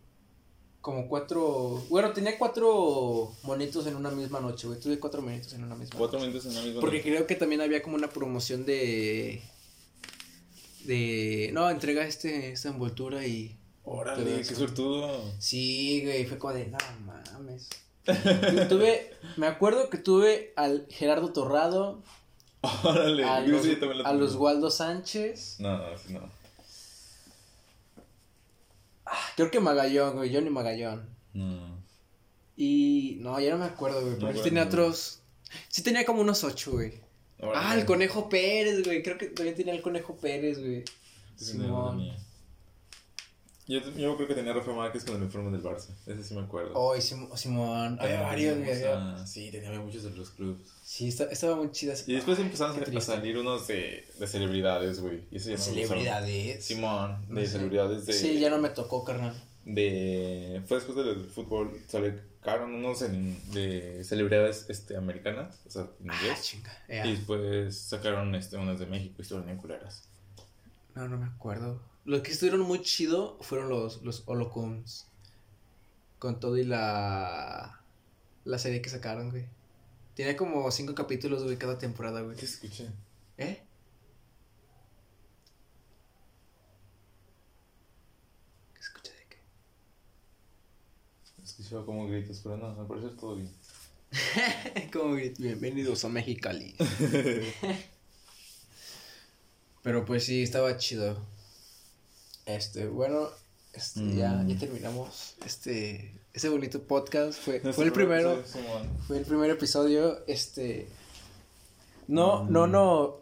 [SPEAKER 1] como cuatro... Bueno, tenía cuatro monitos en una misma noche, güey. Tuve cuatro monitos en una misma
[SPEAKER 2] Cuatro
[SPEAKER 1] noche.
[SPEAKER 2] minutos en la misma.
[SPEAKER 1] Porque creo que también había como una promoción de... De... No, entrega este, esta envoltura y...
[SPEAKER 2] Órale, qué suertudo.
[SPEAKER 1] Sí, güey, fue como de, no mames. Y tuve, me acuerdo que tuve al Gerardo Torrado,
[SPEAKER 2] Órale,
[SPEAKER 1] a
[SPEAKER 2] yo
[SPEAKER 1] los,
[SPEAKER 2] sí, yo también lo
[SPEAKER 1] a
[SPEAKER 2] tenía.
[SPEAKER 1] los Waldo Sánchez,
[SPEAKER 2] No, no, sí, no.
[SPEAKER 1] creo que Magallón, güey, Johnny Magallón.
[SPEAKER 2] No.
[SPEAKER 1] Y. No, ya no me acuerdo, güey. Pero
[SPEAKER 2] No,
[SPEAKER 1] sí
[SPEAKER 2] güey,
[SPEAKER 1] tenía
[SPEAKER 2] no.
[SPEAKER 1] otros. Sí tenía como unos ocho, güey.
[SPEAKER 2] Ahora,
[SPEAKER 1] Ah, el
[SPEAKER 2] güey,
[SPEAKER 1] conejo Pérez, güey. Creo que también tenía el conejo Pérez, güey.
[SPEAKER 2] sí tenía una
[SPEAKER 1] Simón.
[SPEAKER 2] mía. Yo, yo creo que tenía Rafa Márquez con el uniforme del Barça. Ese sí me acuerdo.
[SPEAKER 1] Oh, y Sim- Simón. Había
[SPEAKER 2] Tenía
[SPEAKER 1] varios, güey.
[SPEAKER 2] muchos,
[SPEAKER 1] había-
[SPEAKER 2] ah, Sí, tenía muchos de los clubes.
[SPEAKER 1] Sí, esta- estaba muy chida.
[SPEAKER 2] Y después empezaron
[SPEAKER 1] qué
[SPEAKER 2] a- a
[SPEAKER 1] triste.
[SPEAKER 2] salir unos de, de celebridades, güey. Y eso ya no me gustaron.
[SPEAKER 1] Celebridades.
[SPEAKER 2] Simón, de
[SPEAKER 1] No sé.
[SPEAKER 2] celebridades de.
[SPEAKER 1] Sí, ya no me tocó, carnal.
[SPEAKER 2] de fue después del fútbol sacaron unos en- de celebridades este americanas o sea en
[SPEAKER 1] Ah,
[SPEAKER 2] inglés
[SPEAKER 1] chinga. ea.
[SPEAKER 2] y después sacaron este unas de México y estuvieron bien culeras
[SPEAKER 1] No, no me acuerdo. Los que estuvieron muy chido fueron los, los Holocoms. Con todo y la. La serie que sacaron, güey. Tenía como cinco capítulos, güey, cada temporada, güey.
[SPEAKER 2] ¿qué escuché?
[SPEAKER 1] ¿Eh? ¿Qué escucha de qué?
[SPEAKER 2] escuchaba como gritos pero no al parecer todo bien
[SPEAKER 1] Como que, bienvenidos a Mexicali. Pero pues sí, estaba chido. Este, bueno, este, ya,
[SPEAKER 2] Mm.
[SPEAKER 1] ya terminamos. Este, ese bonito podcast fue, fue el primero. Fue el primer episodio. Este. No, no, no.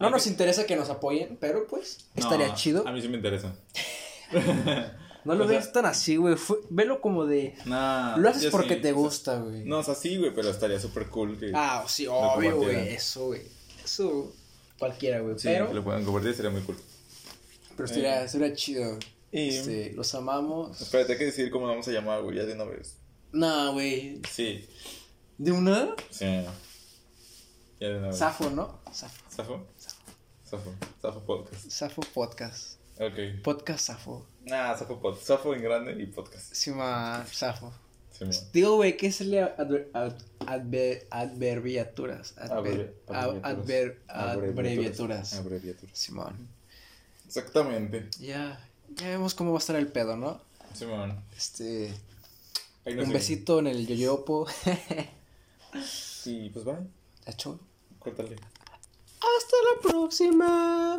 [SPEAKER 1] No
[SPEAKER 2] A
[SPEAKER 1] nos
[SPEAKER 2] mí-
[SPEAKER 1] interesa que nos apoyen, pero pues estaría chido.
[SPEAKER 2] a mí sí me interesa
[SPEAKER 1] No lo
[SPEAKER 2] o sea-
[SPEAKER 1] veas tan así, güey. fue- Velo como de.
[SPEAKER 2] nah,
[SPEAKER 1] Lo haces
[SPEAKER 2] yo
[SPEAKER 1] porque
[SPEAKER 2] sí.
[SPEAKER 1] te gusta, güey.
[SPEAKER 2] no o sea sí güey pero estaría súper cool que
[SPEAKER 1] Ah, sí, obvio, güey. Eso, güey. Eso. Cualquiera, güey.
[SPEAKER 2] sí,
[SPEAKER 1] pero
[SPEAKER 2] que lo puedan compartir sería muy cool
[SPEAKER 1] pero estaría,
[SPEAKER 2] eh.
[SPEAKER 1] estaría chido.
[SPEAKER 2] Y-
[SPEAKER 1] Este, los amamos.
[SPEAKER 2] espérate hay que decidir cómo vamos a llamar güey ya de una vez
[SPEAKER 1] Nah, güey.
[SPEAKER 2] sí
[SPEAKER 1] ¿De una?
[SPEAKER 2] sí ya de una vez
[SPEAKER 1] Safo, ¿no? Safo.
[SPEAKER 2] ¿Safo? Safo. Safo Podcast.
[SPEAKER 1] Safo Podcast.
[SPEAKER 2] Ok.
[SPEAKER 1] Podcast Safo.
[SPEAKER 2] Ah, Safo Podcast. Safo en grande y podcast.
[SPEAKER 1] Encima, Safo.
[SPEAKER 2] Sí, man.
[SPEAKER 1] Digo, güey, ¿qué es el adver, ad- adver- adverbiaturas? Adver-
[SPEAKER 2] Abrevi-
[SPEAKER 1] a- adver- abreviaturas.
[SPEAKER 2] Abreviaturas.
[SPEAKER 1] Simón.
[SPEAKER 2] Exactamente.
[SPEAKER 1] Ya, ya vemos cómo va a estar el pedo, ¿no?
[SPEAKER 2] Simón.
[SPEAKER 1] Este,
[SPEAKER 2] Ahí nos
[SPEAKER 1] un
[SPEAKER 2] vemos.
[SPEAKER 1] besito en el yoyopo.
[SPEAKER 2] Y pues va.
[SPEAKER 1] Chacho.
[SPEAKER 2] Córtale.
[SPEAKER 1] Hasta la próxima.